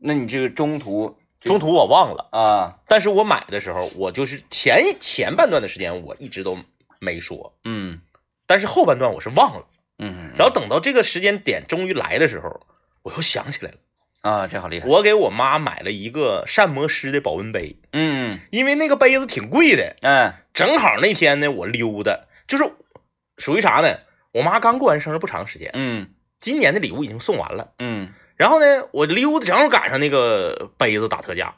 Speaker 1: 那你这个中途
Speaker 2: 中途我忘了，
Speaker 1: 啊，
Speaker 2: 但是我买的时候，我就是前前半段的时间我一直都没说，
Speaker 1: 嗯
Speaker 2: 但是后半段我是忘了。
Speaker 1: 嗯，
Speaker 2: 然后等到这个时间点终于来的时候，我又想起来了，
Speaker 1: 啊，这好厉害，
Speaker 2: 我给我妈买了一个膳魔师的保温杯，
Speaker 1: 嗯
Speaker 2: 因为那个杯子挺贵的。
Speaker 1: 嗯
Speaker 2: 正好那天呢，我溜达，就是属于啥呢？我妈刚过完生日不长时间，
Speaker 1: 嗯
Speaker 2: 今年的礼物已经送完了。
Speaker 1: 嗯
Speaker 2: 然后呢，我溜达正好赶上那个杯子打特价，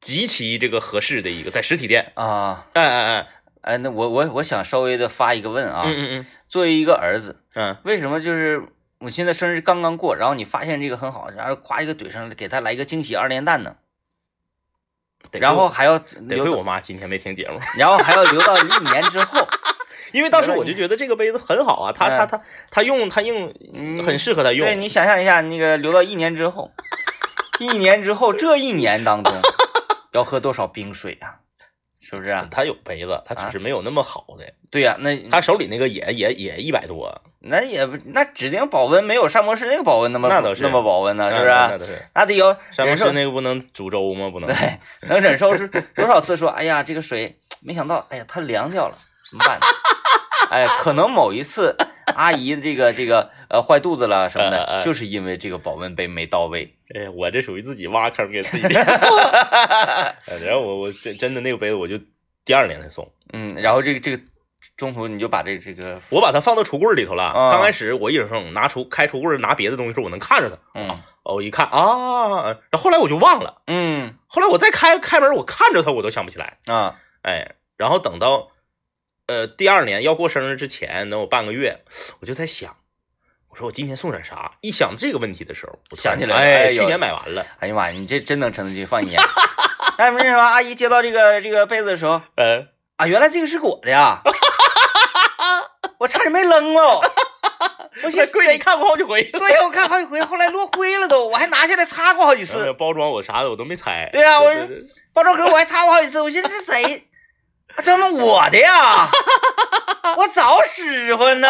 Speaker 2: 极其这个合适的一个在实体店。
Speaker 1: 啊，
Speaker 2: 哎哎哎，
Speaker 1: 哎，那我我我想稍微的发一个问啊，
Speaker 2: 嗯嗯
Speaker 1: 作为一个儿子，
Speaker 2: 嗯
Speaker 1: 为什么就是我现在生日刚刚过，然后你发现这个很好，然后夸一个怼上来，给他来一个惊喜二连弹呢？
Speaker 2: 嗯，
Speaker 1: 然后还要
Speaker 2: 得亏得亏
Speaker 1: 留，
Speaker 2: 我妈今天没听节目，
Speaker 1: 然后还要留到一年之
Speaker 2: [laughs]
Speaker 1: 后，
Speaker 2: 哎因为当时我就觉得这个杯子很好啊，她她她她用她用
Speaker 1: 哎嗯
Speaker 2: 很适合她
Speaker 1: 对
Speaker 2: 用，
Speaker 1: 你想象一下，那个留到一年之后，一年之后这一年当
Speaker 2: [laughs]
Speaker 1: 中要喝多少冰水啊？是不是啊？嗯
Speaker 2: 她有杯子，她只是没有那么好的，
Speaker 1: 对呀、那
Speaker 2: 她手里那个也也也一百多，
Speaker 1: 那也不那指定保温没有膳魔师那个保温那么
Speaker 2: 那倒是
Speaker 1: 那么保温呢、是不是啊、
Speaker 2: 嗯那倒是。
Speaker 1: 那得有
Speaker 2: 山姆
Speaker 1: 忍
Speaker 2: 士
Speaker 1: 受，
Speaker 2: 那个不能煮粥吗？不能。
Speaker 1: 对， [laughs] 能忍受是多少次说，哎呀，这个水没想到，哎呀，它凉掉了，怎么办呢？哎，可能某一次阿姨这个这个呃坏肚子了什么
Speaker 2: 哎哎
Speaker 1: 的，
Speaker 2: 哎
Speaker 1: 就是因为这个保温杯没到位。 [laughs]
Speaker 2: 哎，我这属于自己挖坑给自己 [laughs] 填。哎然后我我真真的那个杯子，我就第二年才送，
Speaker 1: 嗯，然后这个这个中途你就把这个、这个
Speaker 2: 我把它放到橱柜里头了。
Speaker 1: 啊
Speaker 2: 刚开始我一手送，拿橱开橱柜拿别的东西的时候，我能看着它。
Speaker 1: 嗯
Speaker 2: 哦，我一看啊，然后后来我就忘了。
Speaker 1: 嗯
Speaker 2: 后来我再开开门，我看着它，我都想不起来。
Speaker 1: 啊
Speaker 2: 哎，然后等到呃第二年要过生日之前，能有半个月，我就在想，我说我今天送点啥？一想这个问题的时候，我突然
Speaker 1: 想起来了哎
Speaker 2: 哎，
Speaker 1: 有
Speaker 2: 去年买完了，
Speaker 1: 哎呀妈呀，你这真能撑得住放一哎年。但是为什么阿姨接到这个这个被子的时候
Speaker 2: 嗯。
Speaker 1: 啊，原来这个是我的呀，我差点没扔了。我寻
Speaker 2: 在
Speaker 1: 思
Speaker 2: 柜里看过好几回。
Speaker 1: [laughs]
Speaker 2: [laughs]
Speaker 1: 对呀，我看好几回，后来落灰了都，我还拿下来擦过好几次，
Speaker 2: 包装我啥的我都没拆。
Speaker 1: 对啊我是
Speaker 2: 对对
Speaker 1: 包装盒我还擦过好几次，我寻思这谁，啊这么我的呀， [laughs] 我早使唤呢，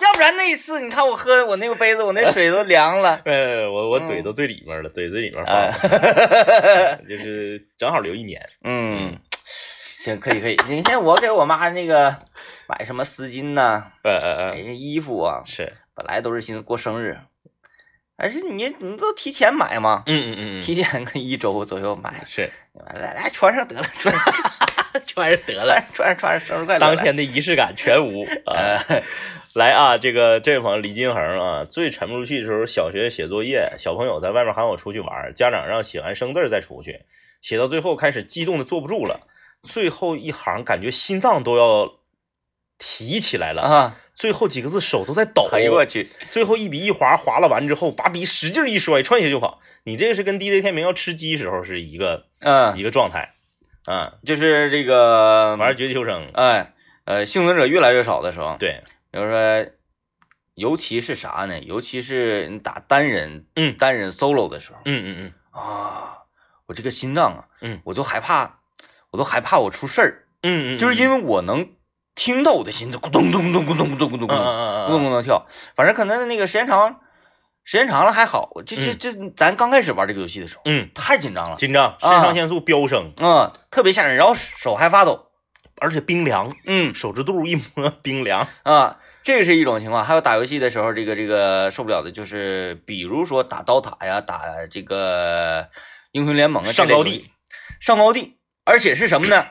Speaker 1: 要不然那一次你看我喝我那个杯子，我那水都凉了，
Speaker 2: 呃，我我
Speaker 1: [laughs] 嗯
Speaker 2: 怼到最里面了，怼最里面放
Speaker 1: 哎
Speaker 2: 了， [laughs] 就是正好留一年。
Speaker 1: 嗯，行，可以可以，你看我给我妈那个买什么丝巾呐、
Speaker 2: 呃呃
Speaker 1: 买
Speaker 2: 呃，
Speaker 1: 衣服啊，
Speaker 2: 是，
Speaker 1: 本来都是寻思过生日，而是你你都提前买嘛，
Speaker 2: 嗯嗯
Speaker 1: 提前个一周左右买，
Speaker 2: [laughs] 是，
Speaker 1: 来来穿上得了，穿上
Speaker 2: 穿上得了。
Speaker 1: 来穿上穿上，生日快乐！
Speaker 2: [laughs] 当天的仪式感
Speaker 1: [laughs]
Speaker 2: 全无啊！来啊，这个这位朋友李金恒啊，最沉不住气的时候，小学写作业，小朋友在外面喊我出去玩，家长让写完生字儿再出去，写到最后开始激动的坐不住了，最后一行感觉心脏都要提起来了
Speaker 1: 啊，
Speaker 2: 最后几个字手都在抖。
Speaker 1: 哎呦我去，
Speaker 2: 最后一笔一划，划拉完之后，把笔使劲一摔，穿鞋就跑。你这个是跟 DJ 天明要吃鸡时候是一个、
Speaker 1: 嗯，
Speaker 2: 一个状态，啊，
Speaker 1: 就是这个，
Speaker 2: 玩绝地求生，
Speaker 1: 哎呃，幸存者越来越少的时候，，
Speaker 2: 对，
Speaker 1: 比如说，尤其是啥呢？尤其是你打单人，
Speaker 2: 嗯
Speaker 1: 单人 solo 的时候。
Speaker 2: 嗯嗯嗯，
Speaker 1: 啊，我这个心脏啊，
Speaker 2: 嗯，
Speaker 1: 我都害怕，我都害怕我出事儿，
Speaker 2: 嗯嗯，
Speaker 1: 就是因
Speaker 2: 为
Speaker 1: 为我能听到我的心脏咕咚咚咚咕咚咕咚咕咚咕咚咕
Speaker 2: 嗯
Speaker 1: 咚咕
Speaker 2: 嗯嗯
Speaker 1: 咚跳，反正可能那个时间长，时间长了还好，这这这，咱刚开始玩这个游戏的时候
Speaker 2: 嗯，
Speaker 1: 太紧张了，
Speaker 2: 紧张，肾上腺素飙升，
Speaker 1: 嗯，特别吓人，然后手还发抖，
Speaker 2: 而且冰凉，
Speaker 1: 嗯
Speaker 2: 手指肚一摸冰凉，
Speaker 1: 啊。这是一种情况，还有打游戏的时候，这个这个受不了的就是，比如说打刀塔呀，打这个英雄联盟啊，
Speaker 2: 上高地，
Speaker 1: 上高地，而且是什么呢？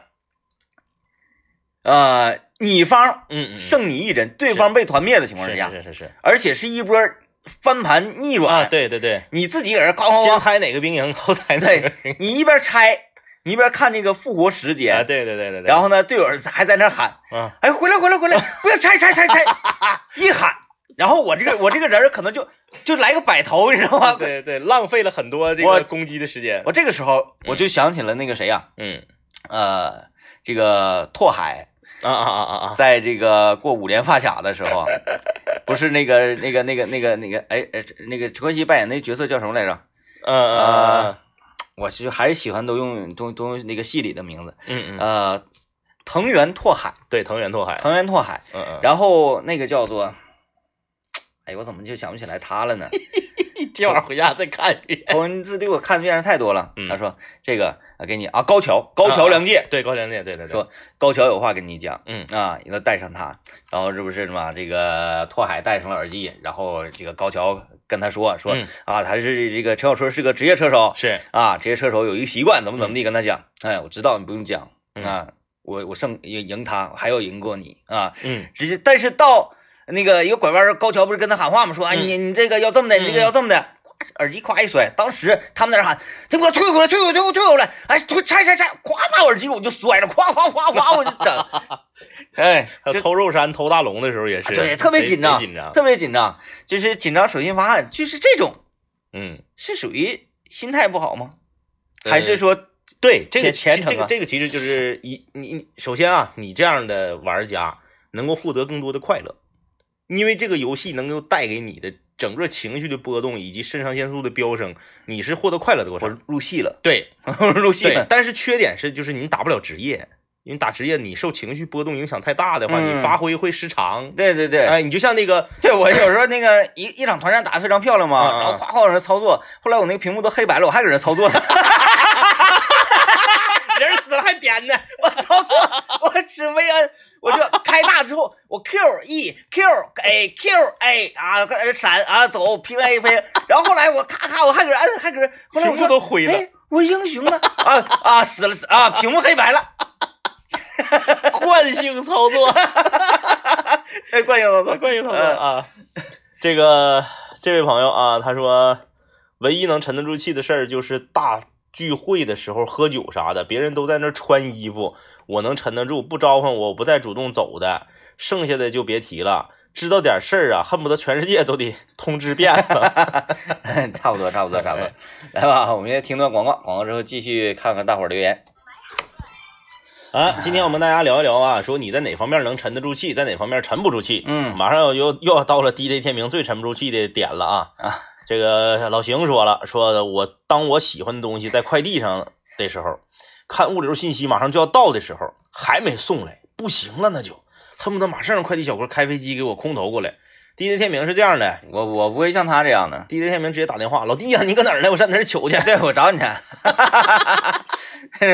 Speaker 1: 呃，你方
Speaker 2: 嗯嗯，
Speaker 1: 剩你一人，对方被团灭的情况之
Speaker 2: 是
Speaker 1: 下，
Speaker 2: 是是是
Speaker 1: 而且是一波翻盘逆转，
Speaker 2: 啊，，对对对，
Speaker 1: 你自己搁这咣
Speaker 2: 先
Speaker 1: 咣
Speaker 2: 猜哪个兵赢，后猜哪个
Speaker 1: 对，
Speaker 2: [laughs]
Speaker 1: 你一边拆，你一边看这个复活时间，
Speaker 2: 啊，对对对对对，
Speaker 1: 然后呢，队友还在那喊，
Speaker 2: 啊，
Speaker 1: 哎，回来回来回来，不要拆拆拆拆， [laughs] 一喊，然后我这个我这个人可能就就来个摆头，你知道吗？
Speaker 2: 对对，浪费了很多这
Speaker 1: 我
Speaker 2: 个攻击的时
Speaker 1: [laughs]
Speaker 2: 间，
Speaker 1: 我这个时候我就想起了那个谁呀、
Speaker 2: 嗯
Speaker 1: 呃，这个拓海。
Speaker 2: 啊啊啊啊啊，
Speaker 1: 在这个过五连发卡的时候，不是那个那个那个那个那个，哎哎，那个陈冠希扮演那角色叫什么来着？
Speaker 2: 嗯嗯
Speaker 1: 我其实还是喜欢都用都都用那个戏里的名字，
Speaker 2: 嗯嗯。
Speaker 1: 呃，藤原拓海，
Speaker 2: 对，藤原拓海，
Speaker 1: 藤原拓海，
Speaker 2: 嗯嗯，
Speaker 1: 然后那个叫做，哎，我怎么就想不起来他了呢？
Speaker 2: 今晚回家再看一遍。
Speaker 1: 头文字 D 我看的电视太多了。
Speaker 2: 嗯
Speaker 1: 他说这个啊，给你啊，高桥，高桥良介，
Speaker 2: 对高桥良介，对对对，
Speaker 1: 说高桥有话跟你讲。
Speaker 2: 嗯
Speaker 1: 啊，你都带上他，然后这不是嘛？这个拓海戴上了耳机，然后这个高桥跟他说说、
Speaker 2: 嗯
Speaker 1: 啊，他是这个陈小春是个职业车手
Speaker 2: 是
Speaker 1: 啊，职业车手有一个习惯，怎么怎么地，跟他讲，哎，我知道你不用讲
Speaker 2: 嗯
Speaker 1: 啊，我我胜赢赢他，还要赢过你啊，
Speaker 2: 嗯
Speaker 1: 直接但是到那个一个拐弯儿，高桥不是跟他喊话吗？说哎
Speaker 2: 嗯
Speaker 1: 你你这个要这么的，你这个要这么的。耳机咵一甩，当时他们在那喊：“他给我退回来，退回来，退回来，退回来！”哎，退拆拆拆！咵把耳机我就摔了，咵咵咵咵我就整，
Speaker 2: [laughs]
Speaker 1: 哎，
Speaker 2: 还有
Speaker 1: 这
Speaker 2: 偷肉山、偷大龙的时候也是，
Speaker 1: 对特别
Speaker 2: 贼
Speaker 1: 紧张
Speaker 2: 贼紧张。
Speaker 1: 特别紧张，就是紧张手心发汗，就是这种
Speaker 2: 嗯，
Speaker 1: 是属于心态不好吗？
Speaker 2: 呃
Speaker 1: 还是说
Speaker 2: 对，这个
Speaker 1: 虔
Speaker 2: 其
Speaker 1: 诚
Speaker 2: 这个
Speaker 1: 啊
Speaker 2: 这个其实就是一你你首先啊，你这样的玩家能够获得更多的快乐，因为这个游戏能够带给你的整个情绪的波动以及肾上腺素的飙升，你是获得快乐的过
Speaker 1: 我
Speaker 2: 程。
Speaker 1: 入戏了， [laughs]
Speaker 2: 对
Speaker 1: 我入戏
Speaker 2: 对
Speaker 1: 了，？
Speaker 2: 但是缺点是就是你打不了职业，因为打职业你受情绪波动影响太大的话，
Speaker 1: 嗯
Speaker 2: 你发挥会失常。
Speaker 1: 对对对，
Speaker 2: 哎，你就像那 [laughs] 个
Speaker 1: [laughs] 对我有时候那个一一场团战打得非常漂亮嘛，
Speaker 2: 嗯嗯
Speaker 1: 然后夸夸往上操作，后来我那个屏幕都黑白了，我还搁那操作呢， [laughs]
Speaker 2: 人死了还点 [laughs] 呢，
Speaker 1: 我操作，我只没摁，我
Speaker 2: [laughs]
Speaker 1: 就开大之后，我 Q E Q A Q A 啊呃闪啊走 P A [laughs] P，然后后来我咔咔我还搁那摁，还搁那，后来
Speaker 2: 屏
Speaker 1: 我
Speaker 2: 幕
Speaker 1: 说
Speaker 2: 都灰了，
Speaker 1: 哎，我英雄了啊啊死了死啊，屏幕黑白了，
Speaker 2: [laughs] 惯性操作。
Speaker 1: 哎，惯性操作，
Speaker 2: 关于他们
Speaker 1: 嗯
Speaker 2: 啊，这个这位朋友啊，他说，唯一能沉得住气的事儿就是大聚会的时候喝酒啥的，别人都在那儿穿衣服，我能沉得住，不招唤我，不带主动走的，剩下的就别提了。知道点事儿啊，恨不得全世界都得通知遍了。
Speaker 1: [laughs] 差不多，差不多，差不多。来
Speaker 2: 哎
Speaker 1: 吧，我们先听段广告，广告之后继续看看大伙儿留言。
Speaker 2: [laughs] 啊，今天我们大家聊一聊啊，说你在哪方面能沉得住气，在哪方面沉不住气。
Speaker 1: 嗯
Speaker 2: [laughs] 马上又又又要到了 DJ 天明最沉不住气的点了啊！
Speaker 1: 啊，
Speaker 2: 这个老邢说了，说的我当我喜欢的东西在快递上的时候，看物流信息马上就要到的时候，还没送来，不行了，那就恨不得马上让快递小哥开飞机给我空投过来。DJ 天明是这样的
Speaker 1: 嗯我我不会像他这样的，
Speaker 2: ，DJ 天明直接打电话，老弟呀、你搁哪儿呢？我上你那儿取去。
Speaker 1: [laughs] 对我找你去。啊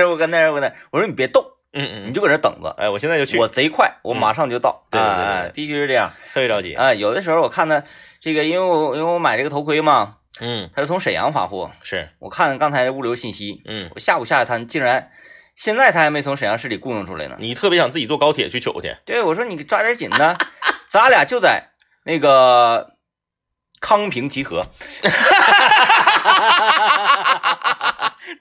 Speaker 1: 我跟那人我跟那人，我说你别动，
Speaker 2: 嗯
Speaker 1: 你
Speaker 2: 嗯，
Speaker 1: 就搁这等着，
Speaker 2: 哎，我现在就去，
Speaker 1: 我贼快，我
Speaker 2: 嗯
Speaker 1: 马上就到。
Speaker 2: 对对对对
Speaker 1: 哎哎必须是这样。
Speaker 2: 特别着急。
Speaker 1: 啊，有的时候我看他这个，因为我因为我买这个头盔嘛，
Speaker 2: 嗯，
Speaker 1: 他是从沈阳发货，
Speaker 2: 是，
Speaker 1: 我看刚才物流信息，
Speaker 2: 嗯，
Speaker 1: 我下午下的他竟然现在他还没从沈阳市里雇佣出来呢。
Speaker 2: 你特别想自己坐高铁去取去。
Speaker 1: 对，我说你抓点紧呢，咱俩就在那个康平集
Speaker 2: [laughs]
Speaker 1: 合， [laughs]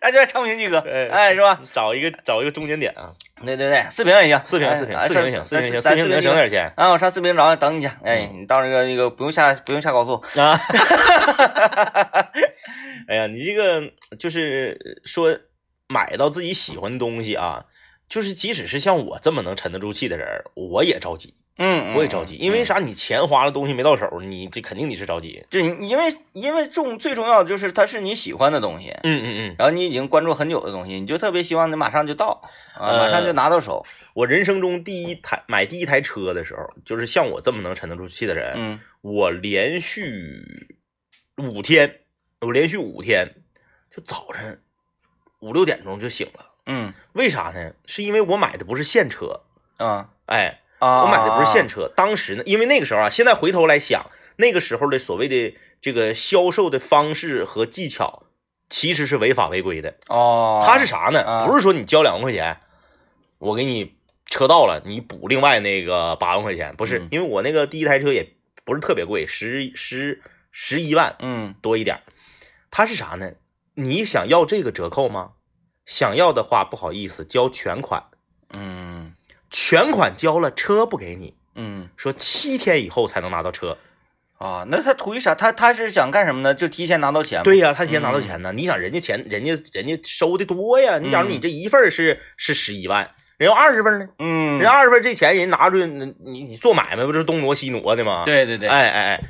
Speaker 1: 那就在昌平集合，
Speaker 2: 哎
Speaker 1: 哎，是吧？
Speaker 2: 找一个找一个中间点啊，
Speaker 1: 对对对，四平也行，
Speaker 2: 四平
Speaker 1: 哎
Speaker 2: 四平
Speaker 1: 哎
Speaker 2: 四平
Speaker 1: 咱
Speaker 2: 行，四平行，
Speaker 1: 咱
Speaker 2: 四平能省点钱
Speaker 1: 啊，我上四平找你等你去，哎，
Speaker 2: 嗯
Speaker 1: 你到那个那个不用下不用下高速，
Speaker 2: 啊。 [laughs] 哎呀，你这个就是说买到自己喜欢的东西啊，就是即使是像我这么能沉得住气的人儿，我也着急，
Speaker 1: 嗯，
Speaker 2: 我也着急，因为啥？你钱花了，东西没到手，你这肯定你是着急。
Speaker 1: 就你因为因为重最重要的就是它是你喜欢的东西。
Speaker 2: 嗯嗯嗯，
Speaker 1: 然后你已经关注很久的东西，你就特别希望你马上就到，啊，马
Speaker 2: 呃
Speaker 1: 上就拿到手。
Speaker 2: 我人生中第一台买第一台车的时候，就是像我这么能沉得住气的人，
Speaker 1: 嗯
Speaker 2: 我连续五天，我连续五天，就早晨五六点钟就醒了。
Speaker 1: 嗯
Speaker 2: 为啥呢？是因为我买的不是现车，
Speaker 1: 啊
Speaker 2: 哎，
Speaker 1: 啊！
Speaker 2: 我买的不是
Speaker 1: 啊
Speaker 2: 现车。当时呢，因为那个时候啊，现在回头来想，那个时候的所谓的这个销售的方式和技巧，其实是违法违规的。
Speaker 1: 哦，
Speaker 2: 它是啥呢？
Speaker 1: 啊
Speaker 2: 不是说你交两万块钱，我给你车到了，你补另外那个八万块钱，不是
Speaker 1: 嗯，
Speaker 2: 因为我那个第一台车也不是特别贵，十十十一万
Speaker 1: 嗯
Speaker 2: 多一点儿。它是啥呢？你想要这个折扣吗？想要的话，不好意思，交全款。
Speaker 1: 嗯
Speaker 2: 全款交了，车不给你，
Speaker 1: 嗯
Speaker 2: 说七天以后才能拿到车。
Speaker 1: 啊，那他图一啥？他他是想干什么呢？就提前拿到钱吗？
Speaker 2: 对呀、他提前拿到钱呢。你想人家钱，人家人家收的多呀。你假如你这一份儿是、是十一万，人要二十份儿呢，
Speaker 1: 嗯，
Speaker 2: 人家二十份儿这钱人拿出去，你你你做买卖不就是东挪西挪的吗？，
Speaker 1: 对对对，
Speaker 2: 哎哎哎，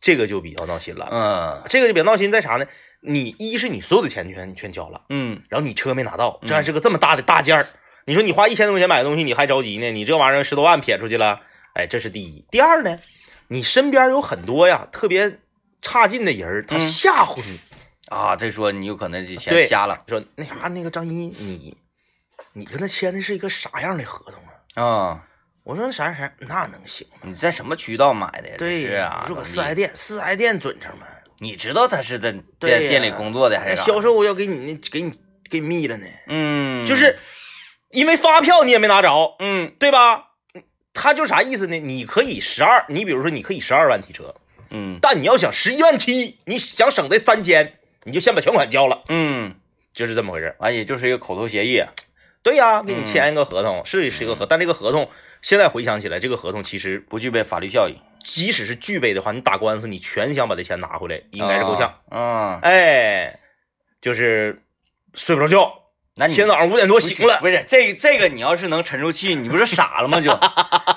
Speaker 2: 这个就比较闹心了。
Speaker 1: 嗯
Speaker 2: 这个就比较闹心在啥呢？你一是你所有的钱全全交了，
Speaker 1: 嗯
Speaker 2: 然后你车没拿到，这还是个这么大的大件儿。你说你花一千多块钱买的东西，你还着急呢？你这玩意儿十多万撇出去了，哎，这是第一。第二呢，你身边有很多呀，特别差劲的人儿，他吓唬你，
Speaker 1: 啊，这说你有可能这
Speaker 2: 对
Speaker 1: 钱瞎了
Speaker 2: 说那啥那个张一，你你跟他签的是一个啥样的合同啊？
Speaker 1: 啊！
Speaker 2: 我说啥样啥样，那能行吗？
Speaker 1: 你在什么渠道买的呀？
Speaker 2: 对
Speaker 1: 这是
Speaker 2: 呀、
Speaker 1: 啊，
Speaker 2: 我说搁
Speaker 1: 老
Speaker 2: 四 S
Speaker 1: 弟
Speaker 2: 店，四 S 店准成吗？
Speaker 1: 你知道他是在
Speaker 2: 对
Speaker 1: 店
Speaker 2: 呀
Speaker 1: 店里工作的还
Speaker 2: 那
Speaker 1: 是啥
Speaker 2: 销？售要给你那给你给你密了呢，
Speaker 1: 嗯，
Speaker 2: 就是因为发票你也没拿着，
Speaker 1: 嗯
Speaker 2: 对吧？他就啥意思呢？你可以十二，你比如说你可以十二万提车，
Speaker 1: 嗯
Speaker 2: 但你要想十一万七，你想省这三千，你就先把全款交了，
Speaker 1: 嗯，
Speaker 2: 就是这么回事儿。
Speaker 1: 完也就是一个口头协议。
Speaker 2: 对呀、给你签一个合同，
Speaker 1: 嗯
Speaker 2: 是是一个合，但这个合同现在回想起来，这个合同其实
Speaker 1: 不具备法律效益，
Speaker 2: 即使是具备的话，你打官司，你全想把这钱拿回来，应该是够呛。
Speaker 1: 啊。嗯，
Speaker 2: 哎，就是睡不着觉，
Speaker 1: 那你
Speaker 2: 天早上五点多
Speaker 1: 不
Speaker 2: 醒了，
Speaker 1: 不是这个这个，你要是能沉住气，你不是傻了吗？就 [laughs]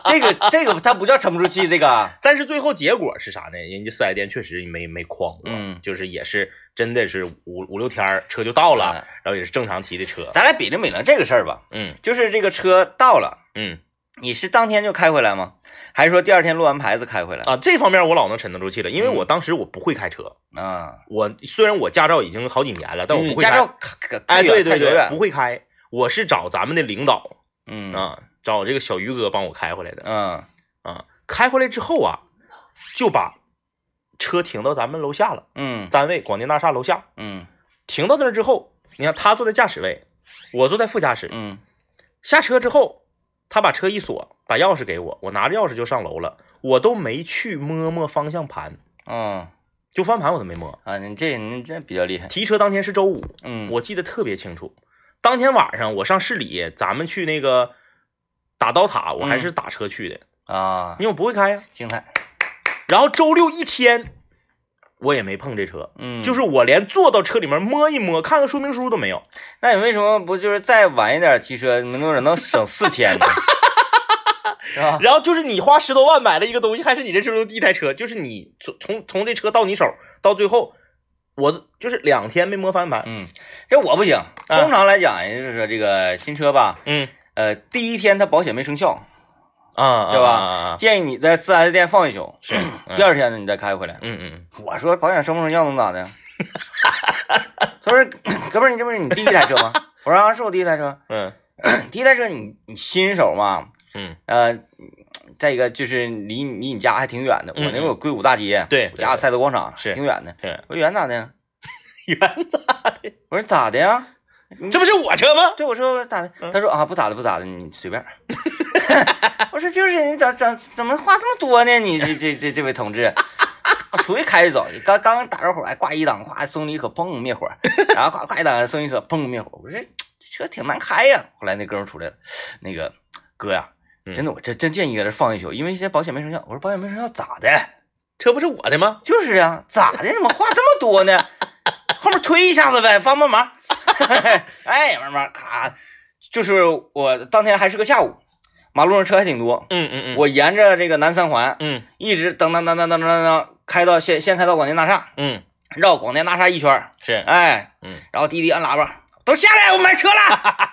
Speaker 1: 这个这个，他不叫沉不住气，这
Speaker 2: [laughs]
Speaker 1: 个
Speaker 2: 但是最后结果是啥呢？人家四 S 店确实没没诓我，
Speaker 1: 嗯
Speaker 2: 就是也是真的是五五六天儿车就到了，
Speaker 1: 嗯
Speaker 2: 然后也是正常提的车，
Speaker 1: 咱俩比量比量这个事儿吧，
Speaker 2: 嗯
Speaker 1: 就是这个车到了，
Speaker 2: 嗯
Speaker 1: 你是当天就开回来吗？还是说第二天录完牌子开回来？
Speaker 2: 啊，这方面我老能沉得住气了，因为
Speaker 1: 嗯
Speaker 2: 我当时我不会开车，
Speaker 1: 啊，
Speaker 2: 我虽然我驾照已经好几年了，但我
Speaker 1: 你
Speaker 2: 不会
Speaker 1: 驾
Speaker 2: 开，
Speaker 1: 照嗯可可太
Speaker 2: 哎，
Speaker 1: 远
Speaker 2: 对
Speaker 1: 太
Speaker 2: 对对，
Speaker 1: 远
Speaker 2: 不会开，我是找咱们的领导
Speaker 1: 嗯
Speaker 2: 啊，找这个小于哥帮我开回来的
Speaker 1: 嗯
Speaker 2: 啊，开回来之后啊，就把车停到咱们楼下了，
Speaker 1: 嗯
Speaker 2: 单位广电大厦楼下，
Speaker 1: 嗯
Speaker 2: 停到那儿之后，你看他坐在驾驶位，我坐在副驾驶。
Speaker 1: 嗯
Speaker 2: 下车之后，他把车一锁，把钥匙给我，我拿着钥匙就上楼了，我都没去摸摸方向盘，
Speaker 1: 嗯
Speaker 2: 就方向盘我都没摸。
Speaker 1: 啊，你这你这比较厉害，
Speaker 2: 提车当天是周五，
Speaker 1: 嗯
Speaker 2: 我记得特别清楚。当天晚上我上市里，咱们去那个打刀塔，我还是打车去的，
Speaker 1: 啊
Speaker 2: 因，为我不会开呀、
Speaker 1: 精彩，
Speaker 2: 然后周六一天，我也没碰这车，
Speaker 1: 嗯，
Speaker 2: 就是我连坐到车里面摸一摸、看看说明书都没有。
Speaker 1: 那你为什么不就是再晚一点提车，能够能省四
Speaker 2: [laughs]
Speaker 1: 千呢？是吧？
Speaker 2: 然后就是你花十多万买了一个东西，还是你人生中第一台车，就是你从从从这车到你手到最后，我就是两天没摸翻盘。
Speaker 1: 嗯，这我不行。
Speaker 2: 啊
Speaker 1: 通常来讲，也就是说这个新车吧，
Speaker 2: 嗯
Speaker 1: 呃，第一天它保险没生效，
Speaker 2: 啊，
Speaker 1: 对吧
Speaker 2: 吧？
Speaker 1: 建议你在四 S 店放一宿，
Speaker 2: 是，
Speaker 1: 第二天呢你再开回来。
Speaker 2: 嗯嗯
Speaker 1: 我说保险生不生效能咋的？他说 [clears throat] 哥们儿，你这不是你第一台车吗？我说啊，是我第一台车。 [clears throat]
Speaker 2: 嗯
Speaker 1: 第一台车你你新手嘛，
Speaker 2: 嗯，
Speaker 1: 呃，再一个就是离你离你家还挺远的，我那
Speaker 2: 嗯嗯
Speaker 1: 会儿硅谷大街，
Speaker 2: 对
Speaker 1: 我家赛德广场
Speaker 2: 是
Speaker 1: 挺远的。
Speaker 2: 是
Speaker 1: 我说远咋的？
Speaker 2: 原子，
Speaker 1: 我说咋的呀？
Speaker 2: 这不是我车吗？
Speaker 1: 对，我说咋的？
Speaker 2: 嗯
Speaker 1: 他说啊，不咋的，不咋的，你随便儿。 [laughs] 我说就是你咋咋怎么话这么多呢？你这这这这位同志，我出去开就走，刚刚打着火，哎，挂一档，咵松离可砰灭火，然后咵挂一档，松离可砰灭火。我说这车挺难开呀。后来那哥们儿出来了，那个哥呀、
Speaker 2: 嗯
Speaker 1: 真的，我真真建议搁这放一宿，因为现在保险没生效。我说保险没生效咋的？
Speaker 2: 车不是我的吗？
Speaker 1: 就是呀，咋的？怎么话这么多呢？后面推一下子呗，帮帮忙。 [laughs] 哎，慢慢咔，就是我当天还是个下午，马路上车还挺多。
Speaker 2: 嗯嗯嗯我
Speaker 1: 我沿着这个南三环
Speaker 2: 嗯
Speaker 1: 一直噔噔噔噔噔噔噔开到先先开到广电大厦，
Speaker 2: 嗯
Speaker 1: 绕广电大厦一圈儿，
Speaker 2: 是
Speaker 1: 哎，
Speaker 2: 嗯，
Speaker 1: 然后滴滴按喇叭，都下来，我买车了。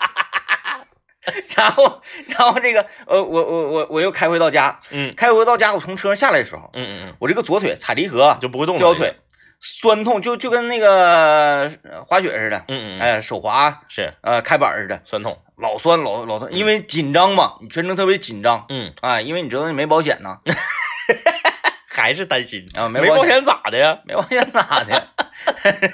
Speaker 1: [laughs] 然后，然后这个，呃，我我我我又开回到家，
Speaker 2: 嗯
Speaker 1: 开回到家，我从车上下来的时候，
Speaker 2: 嗯嗯
Speaker 1: 我这个左腿踩离合
Speaker 2: 嗯，就不会动了
Speaker 1: 交腿，啊酸痛，就就跟那个呃滑雪似的，
Speaker 2: 嗯嗯嗯
Speaker 1: 哎，手滑
Speaker 2: 是
Speaker 1: 呃开板似的，
Speaker 2: 酸痛，
Speaker 1: 老酸老老疼，因为紧张嘛，你全程特别紧张
Speaker 2: 嗯，
Speaker 1: 啊，因为你知道你没保险呢，
Speaker 2: 还是担心
Speaker 1: 啊没
Speaker 2: 没
Speaker 1: 保
Speaker 2: 保
Speaker 1: 险
Speaker 2: 险咋的呀？
Speaker 1: 没保险咋的？ [laughs]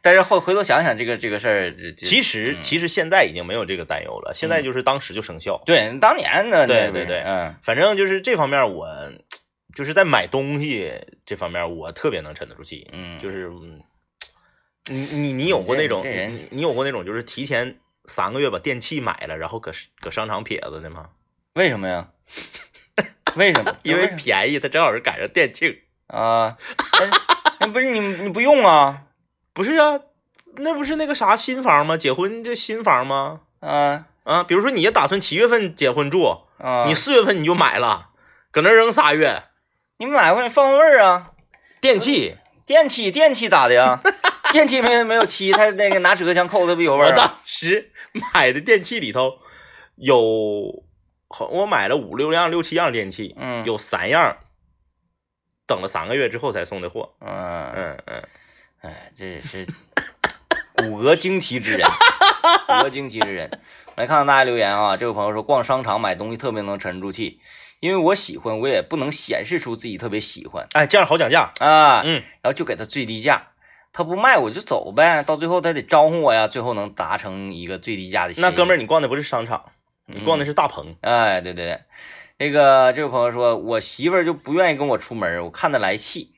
Speaker 1: 但是后回头想想这个这个事儿，这这
Speaker 2: 其实其实现在已经没有这个担忧了，现在就是当时就生效。
Speaker 1: 对当年呢，
Speaker 2: 对
Speaker 1: 那
Speaker 2: 对对
Speaker 1: 嗯
Speaker 2: 反正就是这方面我，就是在买东西这方面，我特别能沉得住气。
Speaker 1: 嗯，
Speaker 2: 就是，嗯你你你有过那种，
Speaker 1: 这这人
Speaker 2: 你你有过那种，就是提前三个月把电器买了，然后搁市搁商场撇子的吗？
Speaker 1: 为什么呀？ [laughs] 为什么？
Speaker 2: 因为
Speaker 1: 什么
Speaker 2: 便宜，它正好是赶上店庆。
Speaker 1: 啊，那那不是你你不用啊
Speaker 2: 不是啊，那不是那个啥新房吗？结婚这新房吗？
Speaker 1: 啊
Speaker 2: 啊，比如说你也打算七月份结婚住，
Speaker 1: 啊！
Speaker 2: 你四月份你就买了，搁那儿扔仨月，
Speaker 1: 你买回来放味儿啊。
Speaker 2: 电器
Speaker 1: 电器电器咋的
Speaker 2: [laughs]
Speaker 1: 呀？电器没没有漆，他那个拿纸壳枪扣，它不有味
Speaker 2: 我
Speaker 1: 儿啊？
Speaker 2: 当时买的电器里头有，好，我买了五六样、六七样电器，
Speaker 1: 嗯
Speaker 2: 有三样等了三个月之后才送的货。
Speaker 1: 嗯，
Speaker 2: 嗯嗯，
Speaker 1: 哎，这也是骨骼惊奇之
Speaker 2: [laughs]
Speaker 1: 人，骨骼惊奇之人。来看看大家留言啊，这位朋友说逛商场买东西特别能沉得住气，因为我喜欢，我也不能显示出自己特别喜欢
Speaker 2: 哎，这样好讲价。
Speaker 1: 啊，
Speaker 2: 嗯，
Speaker 1: 然后就给他最低价。他不卖我就走呗，到最后他得招呼我呀，最后能达成一个最低价的协议。
Speaker 2: 那哥们儿，你逛的不是商场，你逛的是大棚。
Speaker 1: 哎，对对对，那个这位朋友说，我媳妇儿就不愿意跟我出门儿，我看她来气。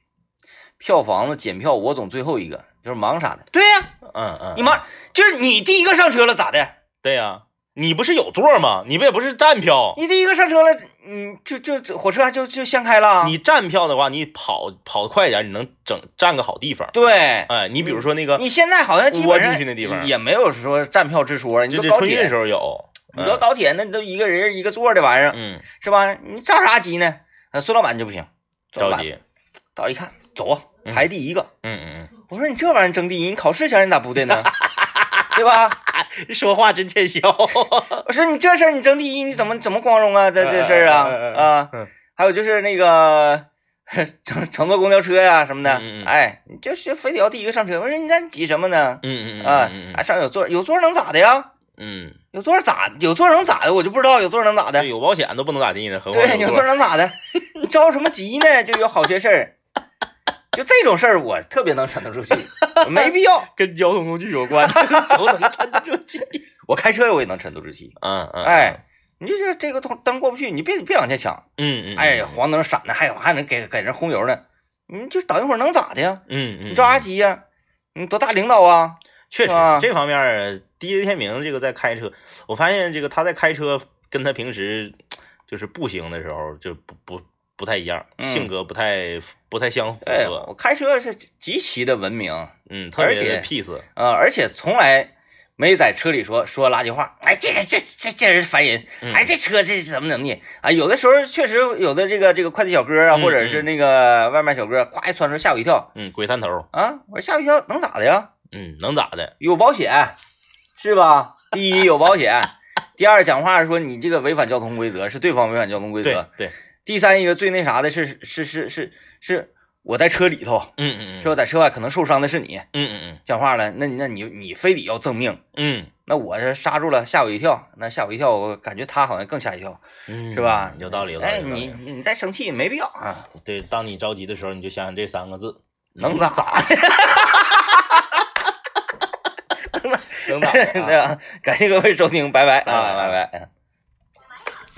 Speaker 1: 票房子检票，我总最后一个，就是忙啥的。啊对呀、
Speaker 2: 嗯嗯，
Speaker 1: 你忙就是你第一个上车了，咋的？
Speaker 2: 对呀、你不是有座吗？你不也不是站票？
Speaker 1: 你第一个上车了，嗯，就就就火车就就先开了。啊
Speaker 2: 你站票的话，你跑跑得快点，你能整占个好地方。
Speaker 1: 对，
Speaker 2: 哎，你比如说那个，
Speaker 1: 你现在好像基本上
Speaker 2: 窝进去那地方
Speaker 1: 也没有说站票之说，你
Speaker 2: 就
Speaker 1: 都
Speaker 2: 这
Speaker 1: 高
Speaker 2: 春运
Speaker 1: 铁
Speaker 2: 的时，候有，
Speaker 1: 你都高铁那都一个人一个座儿的玩意儿，
Speaker 2: 嗯，
Speaker 1: 是吧？你着啥急呢？啊孙老板就不行，孙老
Speaker 2: 着
Speaker 1: 板
Speaker 2: 急，
Speaker 1: 到一看，走啊，
Speaker 2: 嗯
Speaker 1: 排第一个。
Speaker 2: 嗯嗯
Speaker 1: 我说你这玩意儿争第一，你考试前你咋不对呢？ [laughs] 对吧？
Speaker 2: 嗯，说话真见 [laughs] 笑，
Speaker 1: 我说你这事儿你争第一，你怎么怎么光荣啊？这这事儿啊
Speaker 2: 嗯嗯嗯嗯
Speaker 1: 啊
Speaker 2: 嗯！
Speaker 1: 还有就是那个 [laughs] 乘乘坐公交车呀、什么的，
Speaker 2: 嗯嗯嗯
Speaker 1: 哎，你就是非得要第一个上车。我说你在急什么呢？
Speaker 2: 嗯嗯
Speaker 1: 啊
Speaker 2: 嗯，
Speaker 1: 啊，上有座儿有座儿能咋的呀？
Speaker 2: 嗯，
Speaker 1: 有座儿咋有座儿能咋的？我就不知道有座儿能咋的
Speaker 2: 对，。有保险都不能咋地呢，何况
Speaker 1: 对，有座儿能咋的？你着什么急呢？就有好些事儿，就这种事儿我特别能沉得住气，没必要。
Speaker 2: 跟交通工具有
Speaker 1: [laughs]
Speaker 2: 关，都能站得住气。
Speaker 1: 我开车我也能沉得住气。
Speaker 2: 嗯嗯，
Speaker 1: 哎，你就这这个灯灯过不去，你别别往前抢，
Speaker 2: 嗯嗯，
Speaker 1: 哎，黄灯闪的，还有还能给给人轰油呢，你就等一会儿能咋的呀？
Speaker 2: 嗯嗯，
Speaker 1: 你着啥急呀？你多大领导啊？
Speaker 2: 确
Speaker 1: 是
Speaker 2: 实
Speaker 1: 吧，
Speaker 2: 这方面儿 DJ 天明这个在开车，我发现这个他在开车跟他平时就是步行的时候就不不不太一样，
Speaker 1: 嗯
Speaker 2: 性格不太不太相符
Speaker 1: 哎，
Speaker 2: 合
Speaker 1: 我。开车是极其的文明啊、
Speaker 2: 嗯，特
Speaker 1: 而
Speaker 2: 别
Speaker 1: 且
Speaker 2: 的 peace。
Speaker 1: 呃而且从来没在车里说说垃圾话。哎，这个这这这人烦人，
Speaker 2: 嗯
Speaker 1: 哎，这车这怎么怎么的啊？有的时候确实有的这个这个快递小哥啊，
Speaker 2: 嗯
Speaker 1: 或者是
Speaker 2: 嗯
Speaker 1: 那个外卖小哥，咵一窜出吓我一跳
Speaker 2: 嗯，鬼探头，
Speaker 1: 啊！我说吓我一跳能咋的呀？
Speaker 2: 嗯，能咋的？
Speaker 1: 有保险，是吧？第一有保险，第二讲话说你这个违反交通规则，是对方违反交通规
Speaker 2: 对
Speaker 1: 则。
Speaker 2: 对，
Speaker 1: 第三一个最那啥的是是是是是我在车里头，
Speaker 2: 嗯嗯嗯，
Speaker 1: 是我在车外可能受伤的是你，
Speaker 2: 嗯嗯
Speaker 1: 讲话了，那你那你你非得要赠命，
Speaker 2: 嗯
Speaker 1: 那我这刹住了，吓我一跳，那吓我一跳，我感觉他好像更吓一跳，
Speaker 2: 嗯，
Speaker 1: 是吧？
Speaker 2: 有道理，有道理。
Speaker 1: 哎，
Speaker 2: 有道理
Speaker 1: 你你你再生气没必要啊，
Speaker 2: 对，当你着急的时候，你就想想这三个字，
Speaker 1: 能咋咋 [laughs] 的？
Speaker 2: 能咋的啊？
Speaker 1: [laughs] 对吧？感谢各位收听，拜拜啊，
Speaker 2: 拜
Speaker 1: 拜
Speaker 2: 拜
Speaker 1: 拜。